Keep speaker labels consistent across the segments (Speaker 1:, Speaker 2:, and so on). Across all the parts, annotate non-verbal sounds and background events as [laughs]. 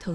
Speaker 1: 投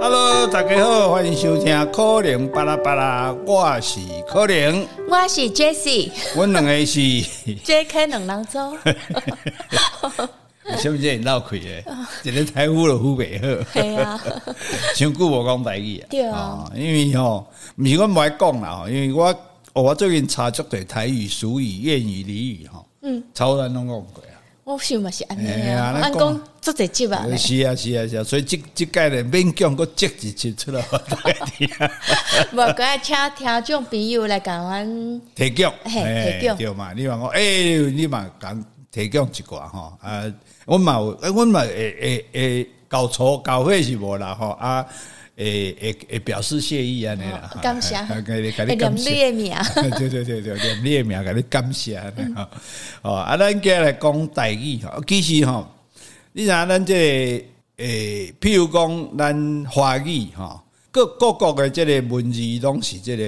Speaker 2: Hello，大家好，欢迎收听《可能巴拉巴拉》，我是可能，
Speaker 3: 我是 Jessie，
Speaker 2: 阮两个是， [laughs]
Speaker 3: 这开两人组，
Speaker 2: 是不是闹开
Speaker 3: [laughs]
Speaker 2: 的？一个台呼了呼袂好，
Speaker 3: 系啊，
Speaker 2: 上久无讲台语啊。
Speaker 3: 对啊
Speaker 2: 哦，因为吼，毋是我唔爱讲啦，吼，因为我哦我最近查足对台语、俗语、谚语、俚语吼，嗯，超人拢讲过啊。
Speaker 3: [laughs] 我想嘛是安尼
Speaker 2: 嘿啊
Speaker 3: 啊，
Speaker 2: 咱
Speaker 3: 按
Speaker 2: 讲
Speaker 3: 讲做一
Speaker 2: [laughs]
Speaker 3: 集啊，
Speaker 2: 是啊，是啊，是啊，所以即即届咧勉强个接一集出来，大家听
Speaker 3: 无过要请听众朋友来讲阮
Speaker 2: 提供，
Speaker 3: 嘿
Speaker 2: 哎
Speaker 3: 提供
Speaker 2: 对嘛？你话我，哎、你嘛讲提供一寡吼啊，我嘛有，哎，我嘛会会会搞错搞会是无啦吼啊，会会会表示谢意安尼啦，
Speaker 3: 哦感
Speaker 2: [laughs]
Speaker 3: 谢
Speaker 2: 啊啊给你给
Speaker 3: 会
Speaker 2: 你
Speaker 3: 念
Speaker 2: 感
Speaker 3: 你
Speaker 2: 谢。
Speaker 3: 的名，
Speaker 2: 对对对对，念你的名，给你感谢安尼吼。哦，啊，咱今天来讲代语吼，其实吼，你知影咱这个诶，譬如讲咱华语吼，各各国的这个文字拢是这个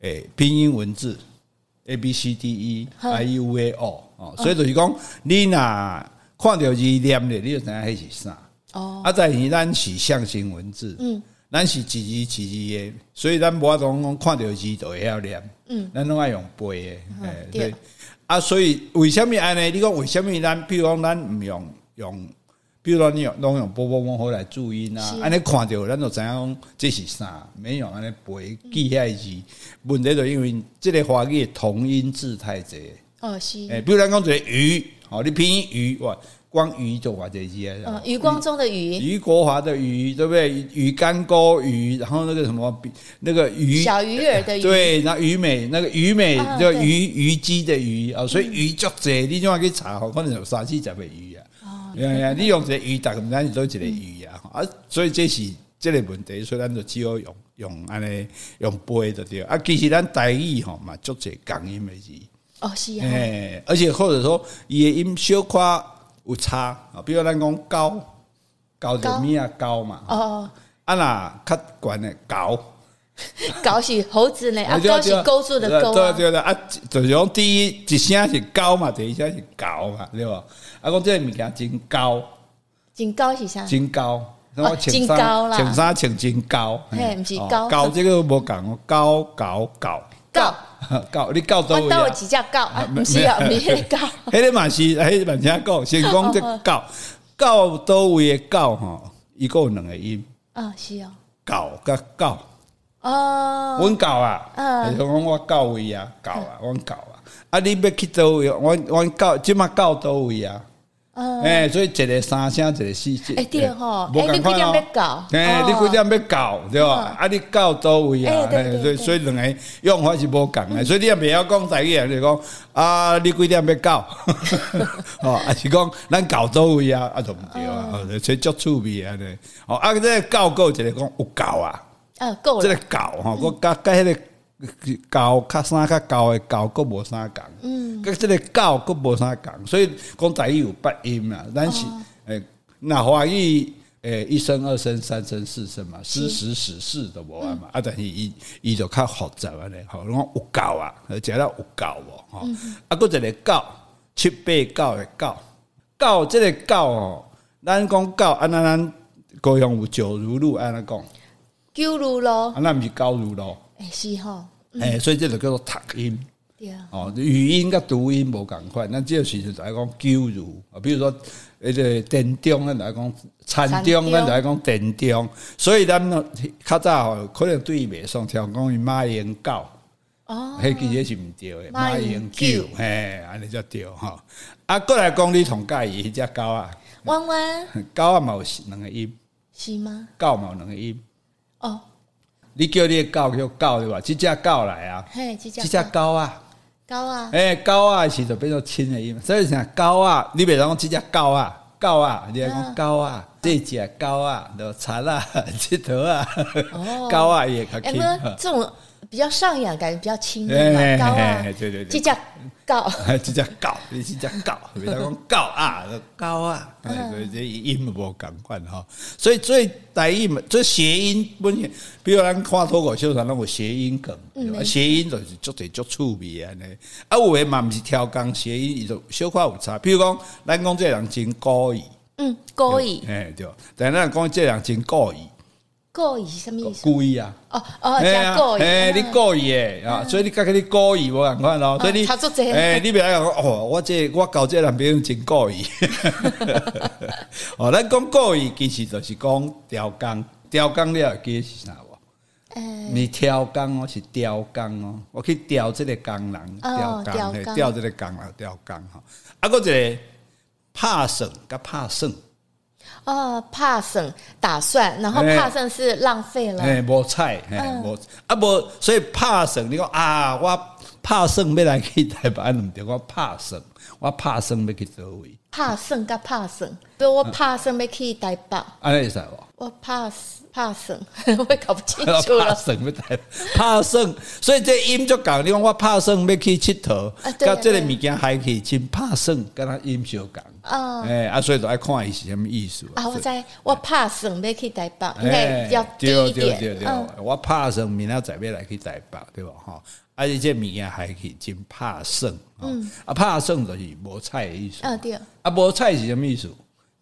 Speaker 2: 诶拼音文字 A B C D E
Speaker 3: 好
Speaker 2: I U V O 哦，所以就是讲你若看到字念咧，你就知影迄是啥。
Speaker 3: 哦，
Speaker 2: 啊，在于咱是象形文字，嗯，咱是一字一字的，所以咱无法度讲看到字就会晓念，嗯，咱拢爱用背的，哎
Speaker 3: 对
Speaker 2: 对。啊，所以为什么安尼？你讲为什么咱，比如讲咱毋用用，比如讲你用拢用波波波波来注音啊
Speaker 3: 是，
Speaker 2: 安尼看着咱就知影讲这是啥，没用安尼背记遐字。问题就因为即个华语的同音字太侪，
Speaker 3: 哦是，
Speaker 2: 诶，比如咱讲一个鱼，吼，你拼音鱼哇，光鱼就偌侪字啊嗯
Speaker 3: 嗯，，余光中的余，
Speaker 2: 于国华的于，对不对？于干沟鱼，然后那个什么，那个鱼，
Speaker 3: 小鱼儿的鱼，
Speaker 2: 对，然后鱼美，那个鱼美
Speaker 3: 啊
Speaker 2: 就
Speaker 3: 对嗯
Speaker 2: 鱼鱼鸡的鱼啊，所以鱼足济，你怎啊去查吼，可能有三四十个鱼
Speaker 3: 哦
Speaker 2: 啊。哎呀，你用一个鱼，大个咱都一个鱼
Speaker 3: 嗯
Speaker 2: 啊，啊，所以这是这个问题，所以咱就只好用用安尼用背的对了。啊，其实咱台语吼嘛，足济共音的字。
Speaker 3: 哦是
Speaker 2: 哎、
Speaker 3: 啊，
Speaker 2: 而且或者说伊的音小可有差啊，比如咱讲高，高就物啊高嘛，
Speaker 3: 哦哦，
Speaker 2: 啊那较悬的高，
Speaker 3: 狗是猴子
Speaker 2: [laughs]
Speaker 3: 呢，啊狗是勾住的勾
Speaker 2: 对
Speaker 3: 啊，
Speaker 2: 对对啊，就是讲第一一声是高嘛，第一声是高嘛，对吧？啊，讲这个物件真高，
Speaker 3: 真狗是啥？
Speaker 2: 真高。
Speaker 3: 啊哦
Speaker 2: 我穿
Speaker 3: 真
Speaker 2: 衫
Speaker 3: 高啦
Speaker 2: 穿衫穿真高，
Speaker 3: 嘿不是
Speaker 2: 哦
Speaker 3: 高
Speaker 2: 高这个无讲哦，高高高
Speaker 3: 狗，
Speaker 2: [laughs] 高，你高到
Speaker 3: 我到有几只狗啊？ [laughs] 不是啊，不是那个狗，
Speaker 2: [laughs] 迄个嘛是，迄个嘛听讲，先讲这狗，
Speaker 3: [laughs]
Speaker 2: 狗倒位的狗吼，伊个有两个音，
Speaker 3: 啊是哦，
Speaker 2: 狗甲狗，
Speaker 3: 哦，
Speaker 2: 阮狗啊，
Speaker 3: 嗯
Speaker 2: 就是讲我狗位啊，狗啊，阮狗啊，啊你要去倒位，阮阮狗即嘛狗倒位啊。
Speaker 3: 嗯
Speaker 2: 诶，所以一个三声，一个四声。
Speaker 3: 哎对吼
Speaker 2: 无同款
Speaker 3: 哎你几点
Speaker 2: 哦
Speaker 3: 要搞
Speaker 2: 哎，
Speaker 3: 哦
Speaker 2: 你几点要搞对吧？啊，你搞到位啊
Speaker 3: 哎？对
Speaker 2: 哎
Speaker 3: 对
Speaker 2: 所以
Speaker 3: 对
Speaker 2: 所以两个用法是无共的，所以你也袂晓讲台语啊，你就讲啊，你几点要
Speaker 3: [laughs]
Speaker 2: 搞？哦，还是讲咱搞到位啊？啊，就毋对啊，哦所以足趣味啊尼哦，啊，这个搞有一个讲有搞啊，
Speaker 3: 嗯够
Speaker 2: 这
Speaker 3: 了
Speaker 2: 个。搞吼，我甲甲迄个。狗较三较狗的狗，佫无啥共，嗯，佮即个狗佫无啥共，所以讲台语有八音啦，咱是诶，那华语诶一声、二声、三声、四声嘛，四十十四都无啊嘛，啊，但是伊伊就较复杂安尼，吼，讲有狗啊，食了有狗无，吼，啊，佫一个狗，七八狗的狗，狗即个狗吼，咱讲狗，安那咱高雄有九如路安尼讲，
Speaker 3: 九如咯
Speaker 2: 啊，，咱毋是狗如路。
Speaker 3: 哎是吼，
Speaker 2: 哎、所以这就叫做读音
Speaker 3: 对啊，
Speaker 2: 哦，语音甲读音无共款。那这个时阵就爱讲纠如啊，比如说迄个电中，咱就爱讲餐中，
Speaker 3: 田中
Speaker 2: 咱就爱讲电中。所以咱若较早吼，可能对伊袂爽，听讲伊马英九。
Speaker 3: 哦，
Speaker 2: 迄其实是毋对的，
Speaker 3: 马
Speaker 2: 马
Speaker 3: 英
Speaker 2: 英
Speaker 3: 九
Speaker 2: 九，嘿，安尼才对吼。啊，过来讲你同介意迄只狗啊，
Speaker 3: 弯弯
Speaker 2: [laughs] 狗啊嘛有两个音，
Speaker 3: 是吗？
Speaker 2: 狗嘛有两个音。
Speaker 3: 哦，
Speaker 2: 你叫你的狗叫狗对吧？即只狗来啊，
Speaker 3: 嘿，这只
Speaker 2: 即只狗啊，
Speaker 3: 狗狗啊，
Speaker 2: 诶，狗啊是就变做亲的音，所以像狗啊，你袂讲即只狗啊，狗啊，你
Speaker 3: 嗯
Speaker 2: 讲狗啊，这只狗啊，就贼啊， [laughs] 佚佗啊， [laughs] 狗啊也较
Speaker 3: 哎，
Speaker 2: 轻。
Speaker 3: 那这种比较上扬，感觉比较亲
Speaker 2: 哎
Speaker 3: 的嘛，狗啊
Speaker 2: 哎哎，对对对
Speaker 3: 这叫狗，
Speaker 2: [laughs] 即只狗，你即只狗，袂当讲狗啊，狗啊，哎所以这音无共款吼。所以最台语嘛，这谐音本身，比如咱看脱口秀上拢有谐音梗，对
Speaker 3: 嗯
Speaker 2: 吧谐音就是足侪足趣味安尼。啊，有诶嘛毋是超工谐音，伊就小可有差。比如讲，咱讲这人真故意，
Speaker 3: 嗯，故意，
Speaker 2: 哎对。但咱讲这人真故意，
Speaker 3: 故意是什么意思？
Speaker 2: 故意啊。
Speaker 3: 哦哦，
Speaker 2: 哎呀
Speaker 3: 叫故意，
Speaker 2: 哎，你
Speaker 3: 嗯哦
Speaker 2: 故意诶啊，所以你甲你故意无共款咯，哦所以你
Speaker 3: 差足多
Speaker 2: 哎，你袂晓讲哦，我这我交这男朋友真故
Speaker 3: [laughs]
Speaker 2: 意。 [laughs] 哦，咱讲故意其实就是讲调工，调工了会记得是啥无？
Speaker 3: 哎
Speaker 2: 你调工哦，是调工哦，我去调这个工人，调
Speaker 3: 哦
Speaker 2: 工
Speaker 3: 调
Speaker 2: 嘿
Speaker 3: 工
Speaker 2: 调这个工人，调工吼。啊，个一个拍算甲拍算，
Speaker 3: 哦，怕省打算，然后
Speaker 2: 哎
Speaker 3: 怕省是浪费了，
Speaker 2: 嘿，无菜，嘿，
Speaker 3: 嗯
Speaker 2: 无啊无，所以拍算你讲啊，我拍算要来去台北，毋对，我拍算，我拍算要去倒位，
Speaker 3: 怕省跟怕省，比如我怕省要去台北，
Speaker 2: 安尼会使
Speaker 3: [laughs]
Speaker 2: 无？
Speaker 3: 我怕怕省， [laughs] 我也搞不清楚
Speaker 2: 拍
Speaker 3: 了。
Speaker 2: 算要台北，拍算，所以这音就共你讲我拍算要去佚佗
Speaker 3: 啊，对
Speaker 2: 甲
Speaker 3: 啊
Speaker 2: 即个
Speaker 3: 对啊
Speaker 2: 物件还去真拍算，敢若音相共。
Speaker 3: 啊
Speaker 2: 哎，啊，所以就爱看伊是什么意思
Speaker 3: 啊，我知，我怕省要去台北，应该
Speaker 2: 哎，
Speaker 3: 比较低
Speaker 2: 对
Speaker 3: 一
Speaker 2: 对
Speaker 3: 点。
Speaker 2: 对
Speaker 3: 嗯，
Speaker 2: 对，我拍算明仔载要来去台北，对吧？吼，而且这物件还去真拍算，嗯，啊，拍算就是无菜的意思。
Speaker 3: 嗯对
Speaker 2: 啊，无菜是什么意思？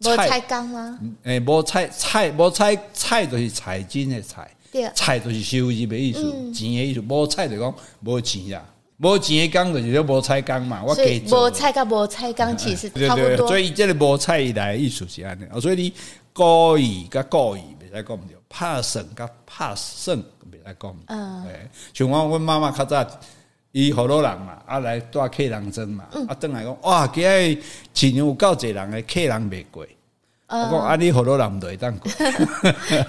Speaker 3: 无拆缸吗？
Speaker 2: 诶，无菜菜无菜菜就是财经的菜
Speaker 3: 对，嗯
Speaker 2: 菜就是收入的意思，钱的意思。无菜就讲无钱啦，无钱的工就是叫无菜工嘛，我
Speaker 3: 所
Speaker 2: 给
Speaker 3: 以
Speaker 2: 做
Speaker 3: 无。菜跟无菜缸其实
Speaker 2: [laughs] 对
Speaker 3: 差不
Speaker 2: 对，
Speaker 3: 多
Speaker 2: 所。以这个无菜以来的意思是安尼，所以你故意甲故意袂使讲毋对，拍算甲拍算袂使讲。嗯，像我阮妈妈较早。伊好多人嘛，啊来带客人庄嘛，
Speaker 3: 嗯
Speaker 2: 啊转来讲哇，今日市场有够侪人诶，客人袂过。
Speaker 3: 嗯
Speaker 2: 我讲啊，你好多人毋就会当过。
Speaker 3: [laughs]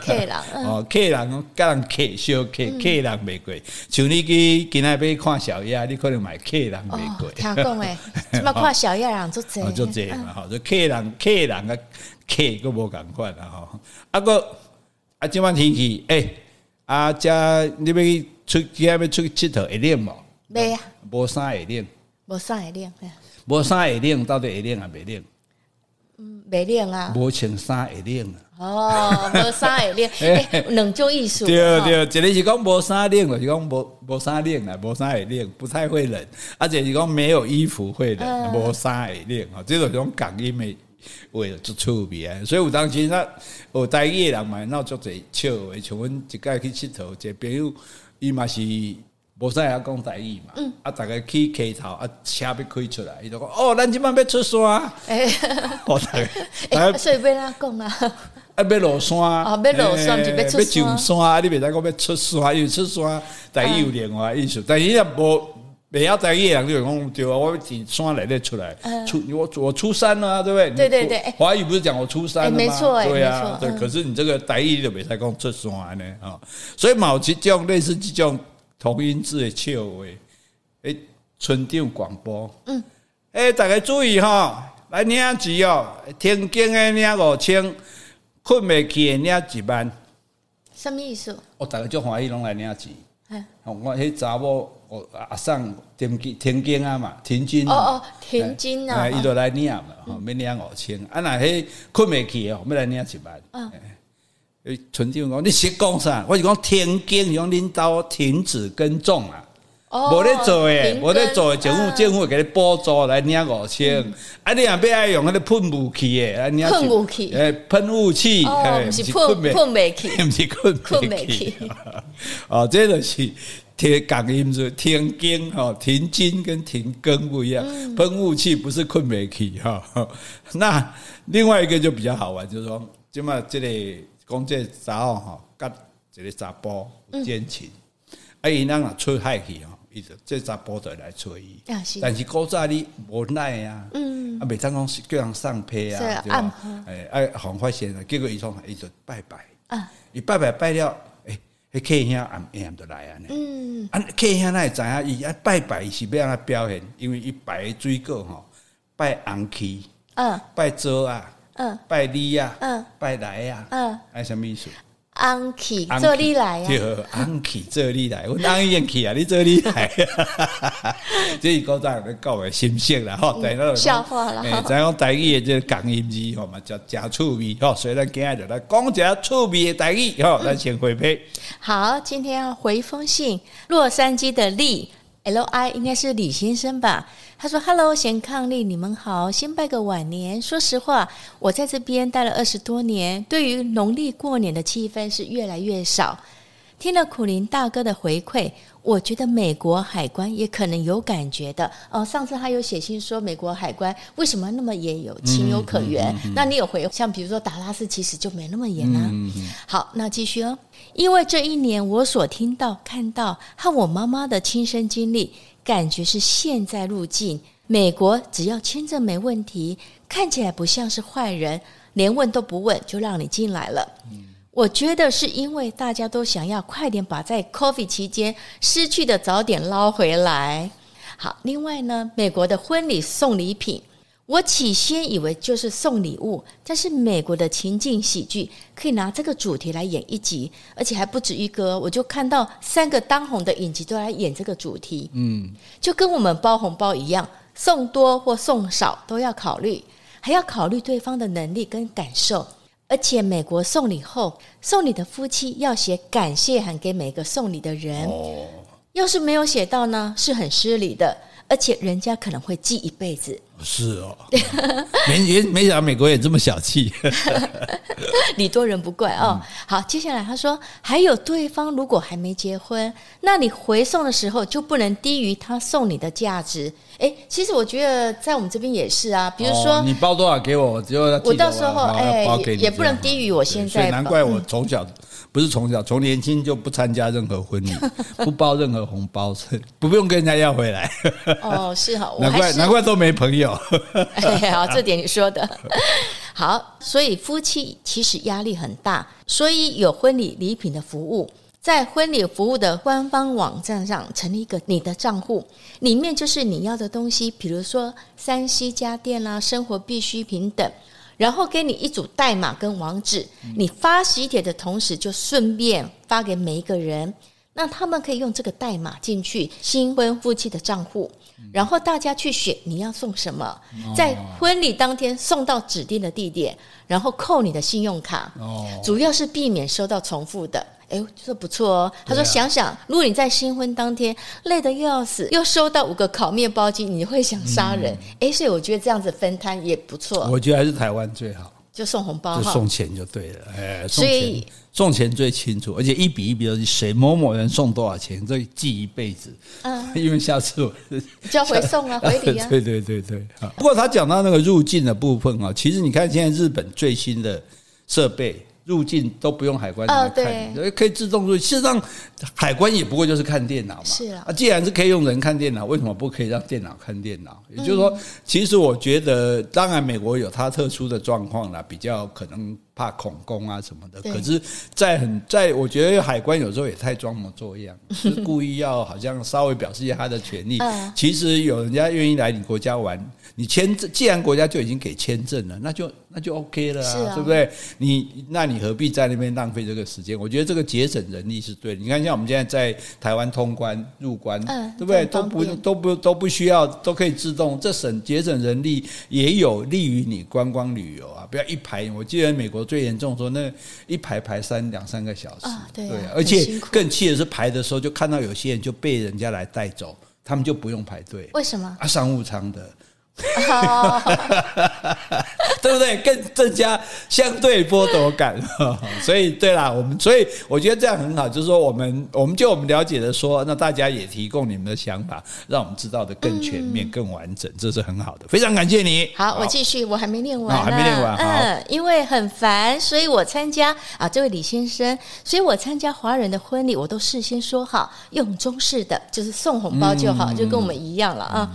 Speaker 3: 可
Speaker 2: [laughs]
Speaker 3: 以啦，嗯
Speaker 2: 哦，客人讲甲人客小客，客人袂过。像你去今仔要看小鸭，你可能买客人袂过
Speaker 3: 哦，。听讲
Speaker 2: [laughs]
Speaker 3: 诶，即么看小夜人做
Speaker 2: 哦，就
Speaker 3: 侪，
Speaker 2: 这嘛，吼，就客人客人个客个无共款啊，吼，啊个啊，即晚天气，诶、啊，遮你要出今仔要出去佚佗会冷无？
Speaker 3: 袂啊，
Speaker 2: 无衫会冷，
Speaker 3: 无啥会冷，哎呀
Speaker 2: 无衫会冷，到底会冷啊？袂冷？
Speaker 3: 嗯袂冷啊。
Speaker 2: 无穿衫会冷啊？
Speaker 3: 哦，无啥会
Speaker 2: [laughs]
Speaker 3: 冷，哎，两种艺术。哦
Speaker 2: 对
Speaker 3: [laughs] 哈
Speaker 2: 对，一个是讲无衫冷，就是讲无无衫冷啊，无衫会冷，不太会冷，而且是讲没有衣服会
Speaker 3: 呃
Speaker 2: 冷，无衫会冷啊，这种种港音的话就趣味啊。所以有当时那有台语的人嘛，闹足侪笑话，像阮一届去佚佗，一个朋友伊嘛是。无啥会晓讲台语嘛，
Speaker 3: 嗯
Speaker 2: 啊，逐个去溪头啊，车要开出来，伊就讲哦，咱即摆要出山，
Speaker 3: 哎，
Speaker 2: 哦，逐 [laughs] 个逐
Speaker 3: [laughs] 哎
Speaker 2: 个
Speaker 3: 所以要哪讲啊？ [laughs]
Speaker 2: 啊，要落山啊
Speaker 3: 要落山就要出山
Speaker 2: 上山啊！你袂使讲要出山，又出山，但伊有另外的意思，但伊若无袂晓在伊人就讲对啊，我要从山内底出来，出我我出山啊，对不嗯对？
Speaker 3: 对对对
Speaker 2: 你
Speaker 3: 哎
Speaker 2: 华语不是讲我出山了吗？
Speaker 3: 哎没错哎
Speaker 2: 对
Speaker 3: 没
Speaker 2: 啊
Speaker 3: 错，
Speaker 2: 对。
Speaker 3: 嗯
Speaker 2: 可是你这个台语就袂使讲出山呢啊，所以嘛有即种类似即种同音字的笑话，诶，村长广播，嗯，诶，大家注意吼，来领钱哦，天经的领五千。困袂去的领一万，
Speaker 3: 什么意思？
Speaker 2: 我逐个足欢喜拢来领钱。
Speaker 3: 哎
Speaker 2: 吼我迄查某，我阿送天金天金啊嘛，天金
Speaker 3: 哦哦，天津啊
Speaker 2: 哎，伊就来领嘛，吼，要领五千。啊，若迄困袂去的哦，要来领一万。嗯，诶，村长讲你是讲啥？我是讲天金，是讲恁兜停止耕种啊。
Speaker 3: 哦
Speaker 2: 无咧做诶
Speaker 3: 停，更
Speaker 2: 无咧做诶，政府
Speaker 3: 啊嗯
Speaker 2: 政府会给你补助来领五千，啊，你若要爱用迄个喷雾器诶，啊，领一
Speaker 3: 喷雾器
Speaker 2: 诶，喷雾器，
Speaker 3: 哦
Speaker 2: 嘿，
Speaker 3: 毋是
Speaker 2: 困
Speaker 3: 喷
Speaker 2: 袂 [laughs]
Speaker 3: 喷袂去
Speaker 2: 毋是困
Speaker 3: 困
Speaker 2: 袂
Speaker 3: 袂
Speaker 2: 去
Speaker 3: 去。
Speaker 2: [laughs] 哦，这就是天港音是天经哦，停经跟停更不一样，
Speaker 3: 嗯
Speaker 2: 喷雾器不是困袂去哈。 [laughs] 那另外一个就比较好玩，就是说，即嘛这个讲这个查某吼，甲一个查甫有奸情，
Speaker 3: 嗯
Speaker 2: 啊，伊人若出海去吼，伊就这查甫就会来找伊
Speaker 3: 啊是。嗯
Speaker 2: 但是古早你无奈啊，啊，袂当讲是叫人送批
Speaker 3: 是
Speaker 2: 啊
Speaker 3: 啊，
Speaker 2: 对吧
Speaker 3: 暗
Speaker 2: 哎，啊，红发现了，结果伊从伊就拜拜。
Speaker 3: 啊，
Speaker 2: 伊拜拜拜了，诶、迄客兄暗暗就来啊呢。嗯，啊客兄哪会知影伊啊拜拜是要安怎表现？因为伊拜的水果吼，拜红旗，
Speaker 3: 嗯
Speaker 2: 拜枣啊，
Speaker 3: 嗯，
Speaker 2: 拜梨啊，
Speaker 3: 嗯，
Speaker 2: 拜来啊，
Speaker 3: 嗯，
Speaker 2: 啊什么意思？
Speaker 3: 红气
Speaker 2: 红
Speaker 3: 做
Speaker 2: 旗
Speaker 3: 你来啊，
Speaker 2: 对，红旗做你来，我当然去啊，你做你来， [laughs] 这是古早人咧讲的心声啦，吼，对啦，
Speaker 3: 嗯笑话啦
Speaker 2: 哎，知影讲台语的这个讲音字吼嘛，真真趣味吼，所以咱今日就来讲一下趣味的台语吼，咱先回配。
Speaker 3: 好，今天要回一封信，洛杉矶的利 L I 应该是李先生吧？他说：“Hello，贤伉俪，你们好，先拜个晚年。说实话，我在这边待了二十多年，对于农历过年的气氛是越来越少。听了苦林大哥的回馈，我觉得美国海关也可能有感觉的。哦，上次他有写信说美国海关为什么那么严有情有可原？那你有回像比如说达拉斯其实就没那么严啊。好，那继续哦。因为这一年我所听到、看到和我妈妈的亲身经历，感觉是现在入境美国只要签证没问题，看起来不像是坏人，连问都不问就让你进来了。我觉得是因为大家都想要快点把在 COVID 期间失去的早点捞回来。好，另外呢，美国的婚礼送礼品，我起先以为就是送礼物，但是美国的情境喜剧可以拿这个主题来演一集，而且还不止一个哦。我就看到三个当红的影集都来演这个主题，嗯，就跟我们包红包一样，送多或送少都要考虑，还要考虑对方的能力跟感受。而且美国送礼后，送礼的夫妻要写感谢函给每个送礼的人。
Speaker 2: 哦，
Speaker 3: 要是没有写到呢，是很失礼的，而且人家可能会记一辈子。 [laughs]
Speaker 2: 是哦， [laughs] 没没没想到美国也这么小气，
Speaker 3: 礼多人不怪
Speaker 2: 嗯
Speaker 3: 哦。好，接下来他说，还有对方如果还没结婚，那你回送的时候就不能低于他送你的价值。诶，其实我觉得在我们这边也是啊， [laughs] 比如说。
Speaker 2: 哦你包多少给我，只有
Speaker 3: 我到时候哎
Speaker 2: 包给你
Speaker 3: 也也不能
Speaker 2: 这样
Speaker 3: 低于我现在
Speaker 2: 所以难怪我从小不是从小，从年轻就不参加任何婚
Speaker 3: [laughs]
Speaker 2: 礼，不包任何红包，是不用跟人家要回来。
Speaker 3: 哦，是哈，
Speaker 2: [laughs]
Speaker 3: 我
Speaker 2: 难
Speaker 3: 还
Speaker 2: 怪
Speaker 3: 是
Speaker 2: 难怪都没朋友。
Speaker 3: [laughs] 哎，好，这点你说的 [laughs] 好，所以夫妻其实压力很大，所以有婚礼礼品的服务，在婚礼服务的官方网站上成立一个你的账户，里面就是你要的东西，比如说三 C 家电啦、生活必需品等。然后给你一组代码跟网址，
Speaker 2: 嗯
Speaker 3: 你发喜帖的同时，就顺便发给每一个人。那他们可以用这个代码进去新婚夫妻的账户，
Speaker 2: 嗯
Speaker 3: 然后大家去选你要送什么，
Speaker 2: 哦
Speaker 3: 在婚礼当天送到指定的地点，然后扣你的信用卡，
Speaker 2: 哦
Speaker 3: 主要是避免收到重复的。哎，这不错哦。他说：“
Speaker 2: 对啊
Speaker 3: 想想，如果你在新婚当天累得要死，又收到五个烤面包机，你会想杀人。哎、所以我觉得这样子分摊也不错，
Speaker 2: 嗯 [laughs] 我觉得还是台湾最好，
Speaker 3: 就送红包
Speaker 2: 就
Speaker 3: 哈
Speaker 2: 送。钱就对了。哎，
Speaker 3: 哦所
Speaker 2: 送
Speaker 3: 以
Speaker 2: 钱送钱最清楚，而且一笔一笔都是谁某某人送多少钱，这记一辈子。 [laughs] 因为下次我
Speaker 3: 就啊要回送
Speaker 2: [laughs]
Speaker 3: 啊，回礼啊。
Speaker 2: 对对对对。啊不过他讲到那个入境的部分啊，其实你看现在日本最新的设备。入境都不用海关
Speaker 3: 哦
Speaker 2: 来看，
Speaker 3: 对
Speaker 2: 所以可以自动入境。事实上，海关也不过就是看电脑嘛。
Speaker 3: 是啊
Speaker 2: 啊，既然是可以用人看电脑，为什么不可以让电脑看电脑？也就是说，
Speaker 3: 嗯
Speaker 2: 其实我觉得，当然美国有它特殊的状况啦，比较可能怕恐攻啊什么的。
Speaker 3: 对
Speaker 2: 可是，在很在，我觉得海关有时候也太装模作
Speaker 3: [laughs]
Speaker 2: 样，就是故意要好像稍微表示一下他的权利。
Speaker 3: 嗯
Speaker 2: 其实有人家愿意来你国家玩，你签证既然国家就已经给签证了，那就那就 OK 了
Speaker 3: 是
Speaker 2: 啊，
Speaker 3: 啊
Speaker 2: 对不对？你那你何必在那边浪费这个时间？我觉得这个节省人力是对的。你看，像我们现在在台湾通关入关，
Speaker 3: 嗯
Speaker 2: 对不对？
Speaker 3: 这
Speaker 2: 都
Speaker 3: 很方
Speaker 2: 不
Speaker 3: 便
Speaker 2: 都不都不需要，都可以自动，这省节省人力，也有利于你观光旅游啊！不要一排，我记得美国最严重说那一排排三两三个小时，
Speaker 3: 啊对啊
Speaker 2: 而
Speaker 3: 很
Speaker 2: 且
Speaker 3: 辛苦
Speaker 2: 更气的是排的时候就看到有些人就被人家来带走，他们就不用排队。
Speaker 3: 为什么？
Speaker 2: 啊，商务舱的，
Speaker 3: 哦
Speaker 2: 对不对？更增加相对剥夺感， [laughs] 所以对啦，我们所以我觉得这样很好，就是说我们我们就我们了解的说，那大家也提供你们的想法，让我们知道的更全面、更完整，这是很好的。非常感谢你。
Speaker 3: 嗯好，我继续，我还没念完、
Speaker 2: 哦
Speaker 3: 呢。
Speaker 2: 还没念完好
Speaker 3: 嗯，因为很烦，所以我参加啊，这位李先生，所以我参加华人的婚礼，我都事先说好用中式的，就是送红包就
Speaker 2: 嗯
Speaker 3: 好，就跟我们一样了啊。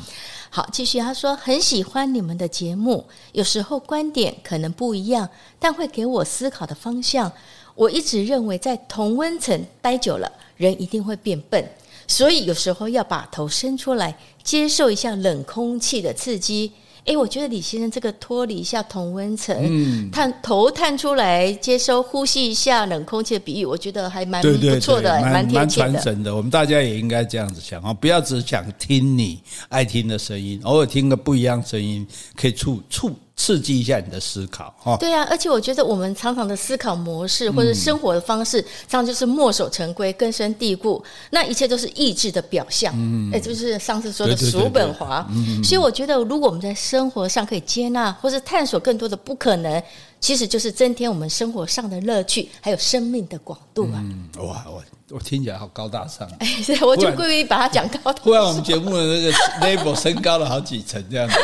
Speaker 3: 好，继续。他说很喜欢你们的节目，有时候观点可能不一样，但会给我思考的方向。我一直认为在同温层待久了，人一定会变笨，所以有时候要把头伸出来，接受一下冷空气的刺激。诶，我觉得李先生这个脱离一下同温层，
Speaker 2: 嗯
Speaker 3: 探头探出来，接收呼吸一下冷空气的比喻，我觉得还蛮
Speaker 2: 对对
Speaker 3: 不错的，
Speaker 2: 蛮
Speaker 3: 贴切
Speaker 2: 传
Speaker 3: 的。
Speaker 2: 神的。我们大家也应该这样子想啊，不要只想听你爱听的声音，偶尔听个不一样声音，可以促促刺激一下你的思考哈。
Speaker 3: 对啊，而且我觉得我们常常的思考模式
Speaker 2: 嗯
Speaker 3: 或者生活的方式，常常就是墨守成规、根深蒂固，那一切都是意志的表象。嗯，也就是上次说的
Speaker 2: 对对对嗯
Speaker 3: 叔本华。所以我觉得，如果我们在生活上可以接纳或是探索更多的不可能，其实就是增添我们生活上的乐趣，还有生命的广度啊。哎
Speaker 2: 嗯哇，我我听起来好高大上。
Speaker 3: 所以我就
Speaker 2: 忽
Speaker 3: 故意把它讲高
Speaker 2: 忽然
Speaker 3: 头。
Speaker 2: 我们节目的那个 level 升高了好几层，这样子，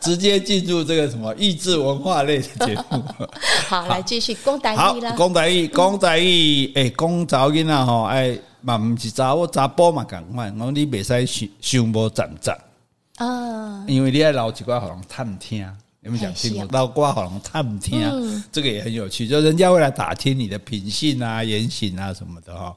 Speaker 2: 直接进入这个什么益智文化类的节
Speaker 3: [laughs]
Speaker 2: 目。
Speaker 3: 好，来继续攻打
Speaker 2: 好
Speaker 3: 一啦，。
Speaker 2: 讲台语，讲台语，诶、讲查某囡仔吼，哎，嘛毋是查某查甫嘛共款，我讲你袂使想想无站站，
Speaker 3: 啊，
Speaker 2: 因为你爱留一寡互人探听。你们讲
Speaker 3: 哎
Speaker 2: 听
Speaker 3: 是
Speaker 2: 过
Speaker 3: 啊
Speaker 2: 到瓜好像探听、啊
Speaker 3: 嗯
Speaker 2: 这个也很有趣，就人家会来打听你的品性啊、言行啊什么的哈、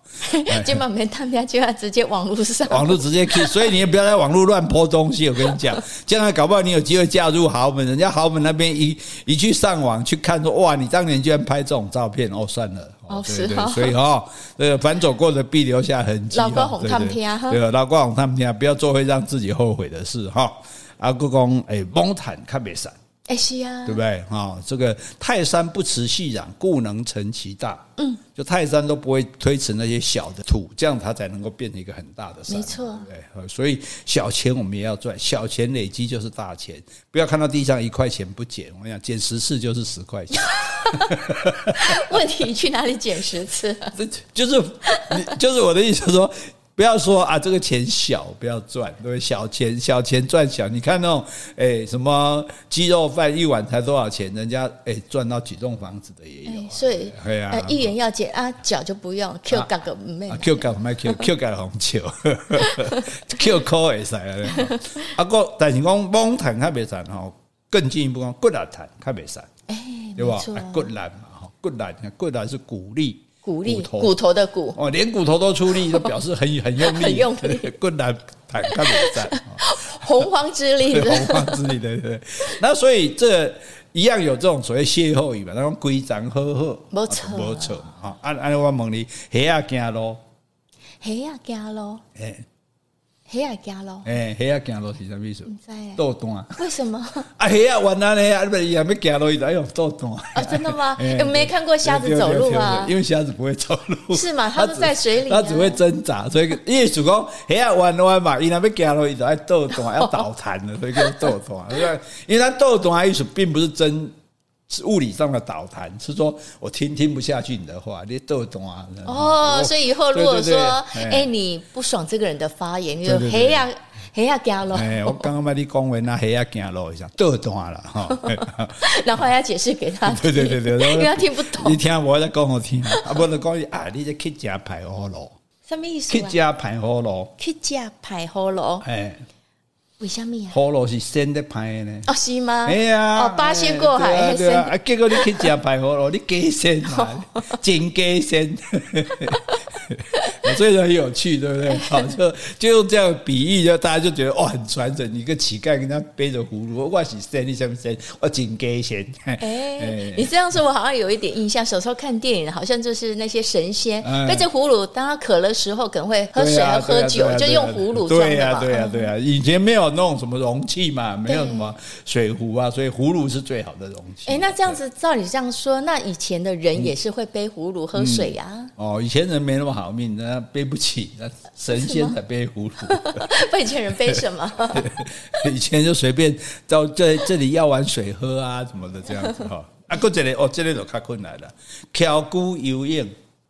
Speaker 3: 今晚没探边就要直接网络上。
Speaker 2: 网络直接 Q，所以 [laughs] 你也不要在网络乱泼东西。我跟你讲，将来搞不好你有机会嫁入豪门，人家豪门那边一一去上网去看说，哇，你当年居然拍这种照片，哦，算了，
Speaker 3: 哦
Speaker 2: 对
Speaker 3: 是
Speaker 2: 对，
Speaker 3: 哦
Speaker 2: 所以哦，这个反走过的必留下痕迹。
Speaker 3: 老公
Speaker 2: 哦
Speaker 3: 哄
Speaker 2: 对
Speaker 3: 他们
Speaker 2: 对
Speaker 3: 听啊哈
Speaker 2: 对，老公哄他们听，不要做会让自己后悔的事哈。啊，故宫哎，蒙坦看别散，
Speaker 3: 哎，是啊
Speaker 2: 对，不对？哈、这个泰山不辞细壤，故能成其大。嗯，就泰山都不会推迟那些小的土，这样它才能够变成一个很大的山。
Speaker 3: 没错
Speaker 2: 对不对，所以小钱我们也要赚，小钱累积就是大钱。不要看到地上一块钱不捡，我想捡十次就是十块
Speaker 3: [laughs]
Speaker 2: 钱，
Speaker 3: 问题去哪里捡十次？
Speaker 2: 这就是你就是我的意思是说。不要说啊，这个钱小，不要赚，对不对？小钱小钱赚小，你看那种哎什么鸡肉饭一碗才多少钱，人家哎赚到几栋房子的也有啊、
Speaker 3: 哎所以
Speaker 2: 对啊
Speaker 3: 呃，一元要减啊，脚就不用，Q 杠个妹
Speaker 2: 啊，Q 改唔系 Q，Q 改红笑 [laughs] ，Q 科会使啊。啊个，但是讲蒙坦较袂散吼，更进一步讲骨力坦较袂散，
Speaker 3: 哎，
Speaker 2: 对
Speaker 3: 没
Speaker 2: 吧？
Speaker 3: 错
Speaker 2: 啊，骨力嘛，吼，骨力，骨力是鼓励，
Speaker 3: 鼓励
Speaker 2: 头
Speaker 3: 骨头的骨，
Speaker 2: 哦，连骨头都出力，都表示很很用力，
Speaker 3: 很用力啊
Speaker 2: 对，对骨力坦较袂散。哦
Speaker 3: 洪荒之力
Speaker 2: [laughs] 对，
Speaker 3: 的
Speaker 2: 洪荒之力，对对对。那所以这一样有这种所谓歇后语嘛，那种规章呵呵，
Speaker 3: 没错
Speaker 2: 啊没错嘛。啊，按按我问你，鞋啊行路，
Speaker 3: 黑呀加咯，
Speaker 2: 诶
Speaker 3: 黑呀加咯，
Speaker 2: 诶，鞋啊行路是啥意思？
Speaker 3: 不知道耶
Speaker 2: 倒单。
Speaker 3: 为
Speaker 2: [laughs]
Speaker 3: 什么？
Speaker 2: 啊，黑啊，完蛋嘞！啊，不是，也没行路，伊哎呦，倒单。
Speaker 3: 哦，真的吗？
Speaker 2: 哎
Speaker 3: 有没看过瞎子走路
Speaker 2: 对对对对
Speaker 3: 啊
Speaker 2: 对？因为瞎子不会走路，
Speaker 3: 是吗
Speaker 2: 它
Speaker 3: 它是
Speaker 2: 只
Speaker 3: 在水里啊
Speaker 2: 它只会挣扎，所以因为主公黑啊弯弯嘛，伊那边行路，伊就爱倒单，要倒弹的，所以叫倒弹。对吧因为它倒弹的意思并不是真。是物理上的倒弹，是说我听听不下去你的话，你倒弹啊。
Speaker 3: 哦，所以以后如果
Speaker 2: 对对对
Speaker 3: 说，
Speaker 2: 哎
Speaker 3: 哎，你不爽这个人的发言，你就
Speaker 2: 对对对
Speaker 3: 黑呀黑呀加咯，
Speaker 2: 哎，我刚刚把你讲完那黑啊行路一下倒弹了哈。
Speaker 3: [laughs] 然后还要解释给他
Speaker 2: [laughs] 对
Speaker 3: 听，
Speaker 2: 对对对，
Speaker 3: 因为他听不懂
Speaker 2: 你，听我在讲我听，啊，不能讲啊，你这去食排好咯，
Speaker 3: 什么意思
Speaker 2: 去
Speaker 3: 啊
Speaker 2: 食？排好咯，
Speaker 3: 去加排好咯，
Speaker 2: 哎，
Speaker 3: 为什么啊呀？
Speaker 2: 好咯是生的排的呢。
Speaker 3: 哦，是吗？
Speaker 2: 哎呀，
Speaker 3: 哦，八仙过海，
Speaker 2: 哎
Speaker 3: 还 [laughs]
Speaker 2: 对啊，对
Speaker 3: 是
Speaker 2: 啊啊，结果你去食排好咯，你 [laughs] 鸡身啊，
Speaker 3: 哦
Speaker 2: 真鸡身， [laughs] 所以很有趣，对不
Speaker 3: [laughs]
Speaker 2: 对？好，就就用这样的比喻，就大家就觉得哇，很传神。你一个乞丐跟他背着葫芦，我是生，你什么生？我真鸡 [laughs] 身，
Speaker 3: 哎，你这样说，我好像有一点印象。小时候看电影，好像就是那些神仙
Speaker 2: 哎
Speaker 3: 背着葫芦，当他渴的时候，可能会喝
Speaker 2: 对
Speaker 3: 水
Speaker 2: 呀
Speaker 3: 和喝酒
Speaker 2: 对呀，
Speaker 3: 就
Speaker 2: 对呀
Speaker 3: 用葫芦装
Speaker 2: 对
Speaker 3: 的
Speaker 2: 呀，
Speaker 3: 嘛。
Speaker 2: 对啊呀，对呀，以前没有那种什么容器嘛，没有什么水壶啊，所以葫芦是最好的容器。
Speaker 3: 哎，那这样子，照你这样说，那以前的人也是会背葫芦喝水啊呀？
Speaker 2: 哦，以前人没那么好命，那背不起，那神仙才背葫芦。 [laughs]
Speaker 3: [laughs] 不然以前人背什么？
Speaker 2: 以前就随便到这这里要碗水喝啊什么的这样子哈。啊，过这里哦，这里就较困难了。巧姑游泳，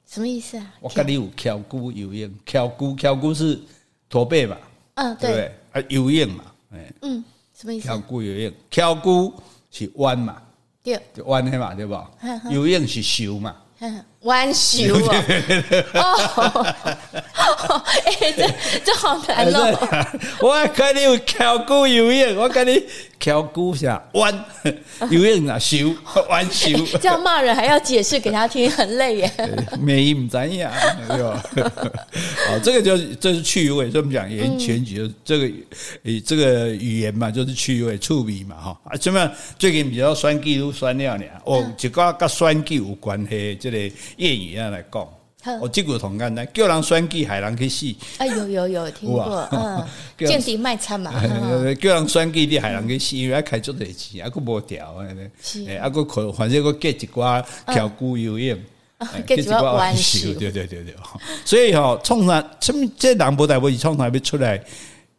Speaker 3: 什么意思啊？
Speaker 2: 我跟你有巧姑游泳，巧姑巧姑是驼背嘛，
Speaker 3: 嗯，
Speaker 2: 对不对
Speaker 3: 对，？
Speaker 2: 啊，游泳嘛，哎，
Speaker 3: 嗯，什么意思
Speaker 2: 巧？姑游泳，巧姑是弯嘛。
Speaker 3: 对，
Speaker 2: 就弯的嘛，对吧
Speaker 3: 嗯？嗯
Speaker 2: 游泳是修嘛，
Speaker 3: 嗯弯修
Speaker 2: [laughs]
Speaker 3: 啊！哦， [laughs] 哎、这这好难
Speaker 2: 哎
Speaker 3: 哦。
Speaker 2: [laughs] 我跟你有翘骨游泳，我跟你翘骨啥弯游泳啊，修 [laughs] 弯修，
Speaker 3: [laughs] 这样骂人还要解释给他听，很累耶。
Speaker 2: 没伊唔知影，对吧？ [laughs] 好，这个就是这是趣味，这么讲言全局，就是这个以这个语言嘛，就是趣味、趣味嘛，哈啊，怎么样最近比较选举都选了呢？哦，一个跟选举有关系，这个谚语啊来讲
Speaker 3: 哼。
Speaker 2: 哦，这句同简单，叫人选举，害人去死。
Speaker 3: [laughs] 哎，有有有听
Speaker 2: 有
Speaker 3: 过
Speaker 2: 啊，
Speaker 3: 嗯，
Speaker 2: [laughs] 这样哎
Speaker 3: 见底卖惨嘛，嗯
Speaker 2: 叫人选举，你害人去死，因为要开足多钱，啊，佫无调安尼
Speaker 3: 是，
Speaker 2: 哎啊，佫可反正佫结一寡巧骨游泳
Speaker 3: 啊，
Speaker 2: 哎
Speaker 3: 结一寡弯手
Speaker 2: 对对对对。吼所以吼，创啥？什么？这人无代无志，创啥要出来？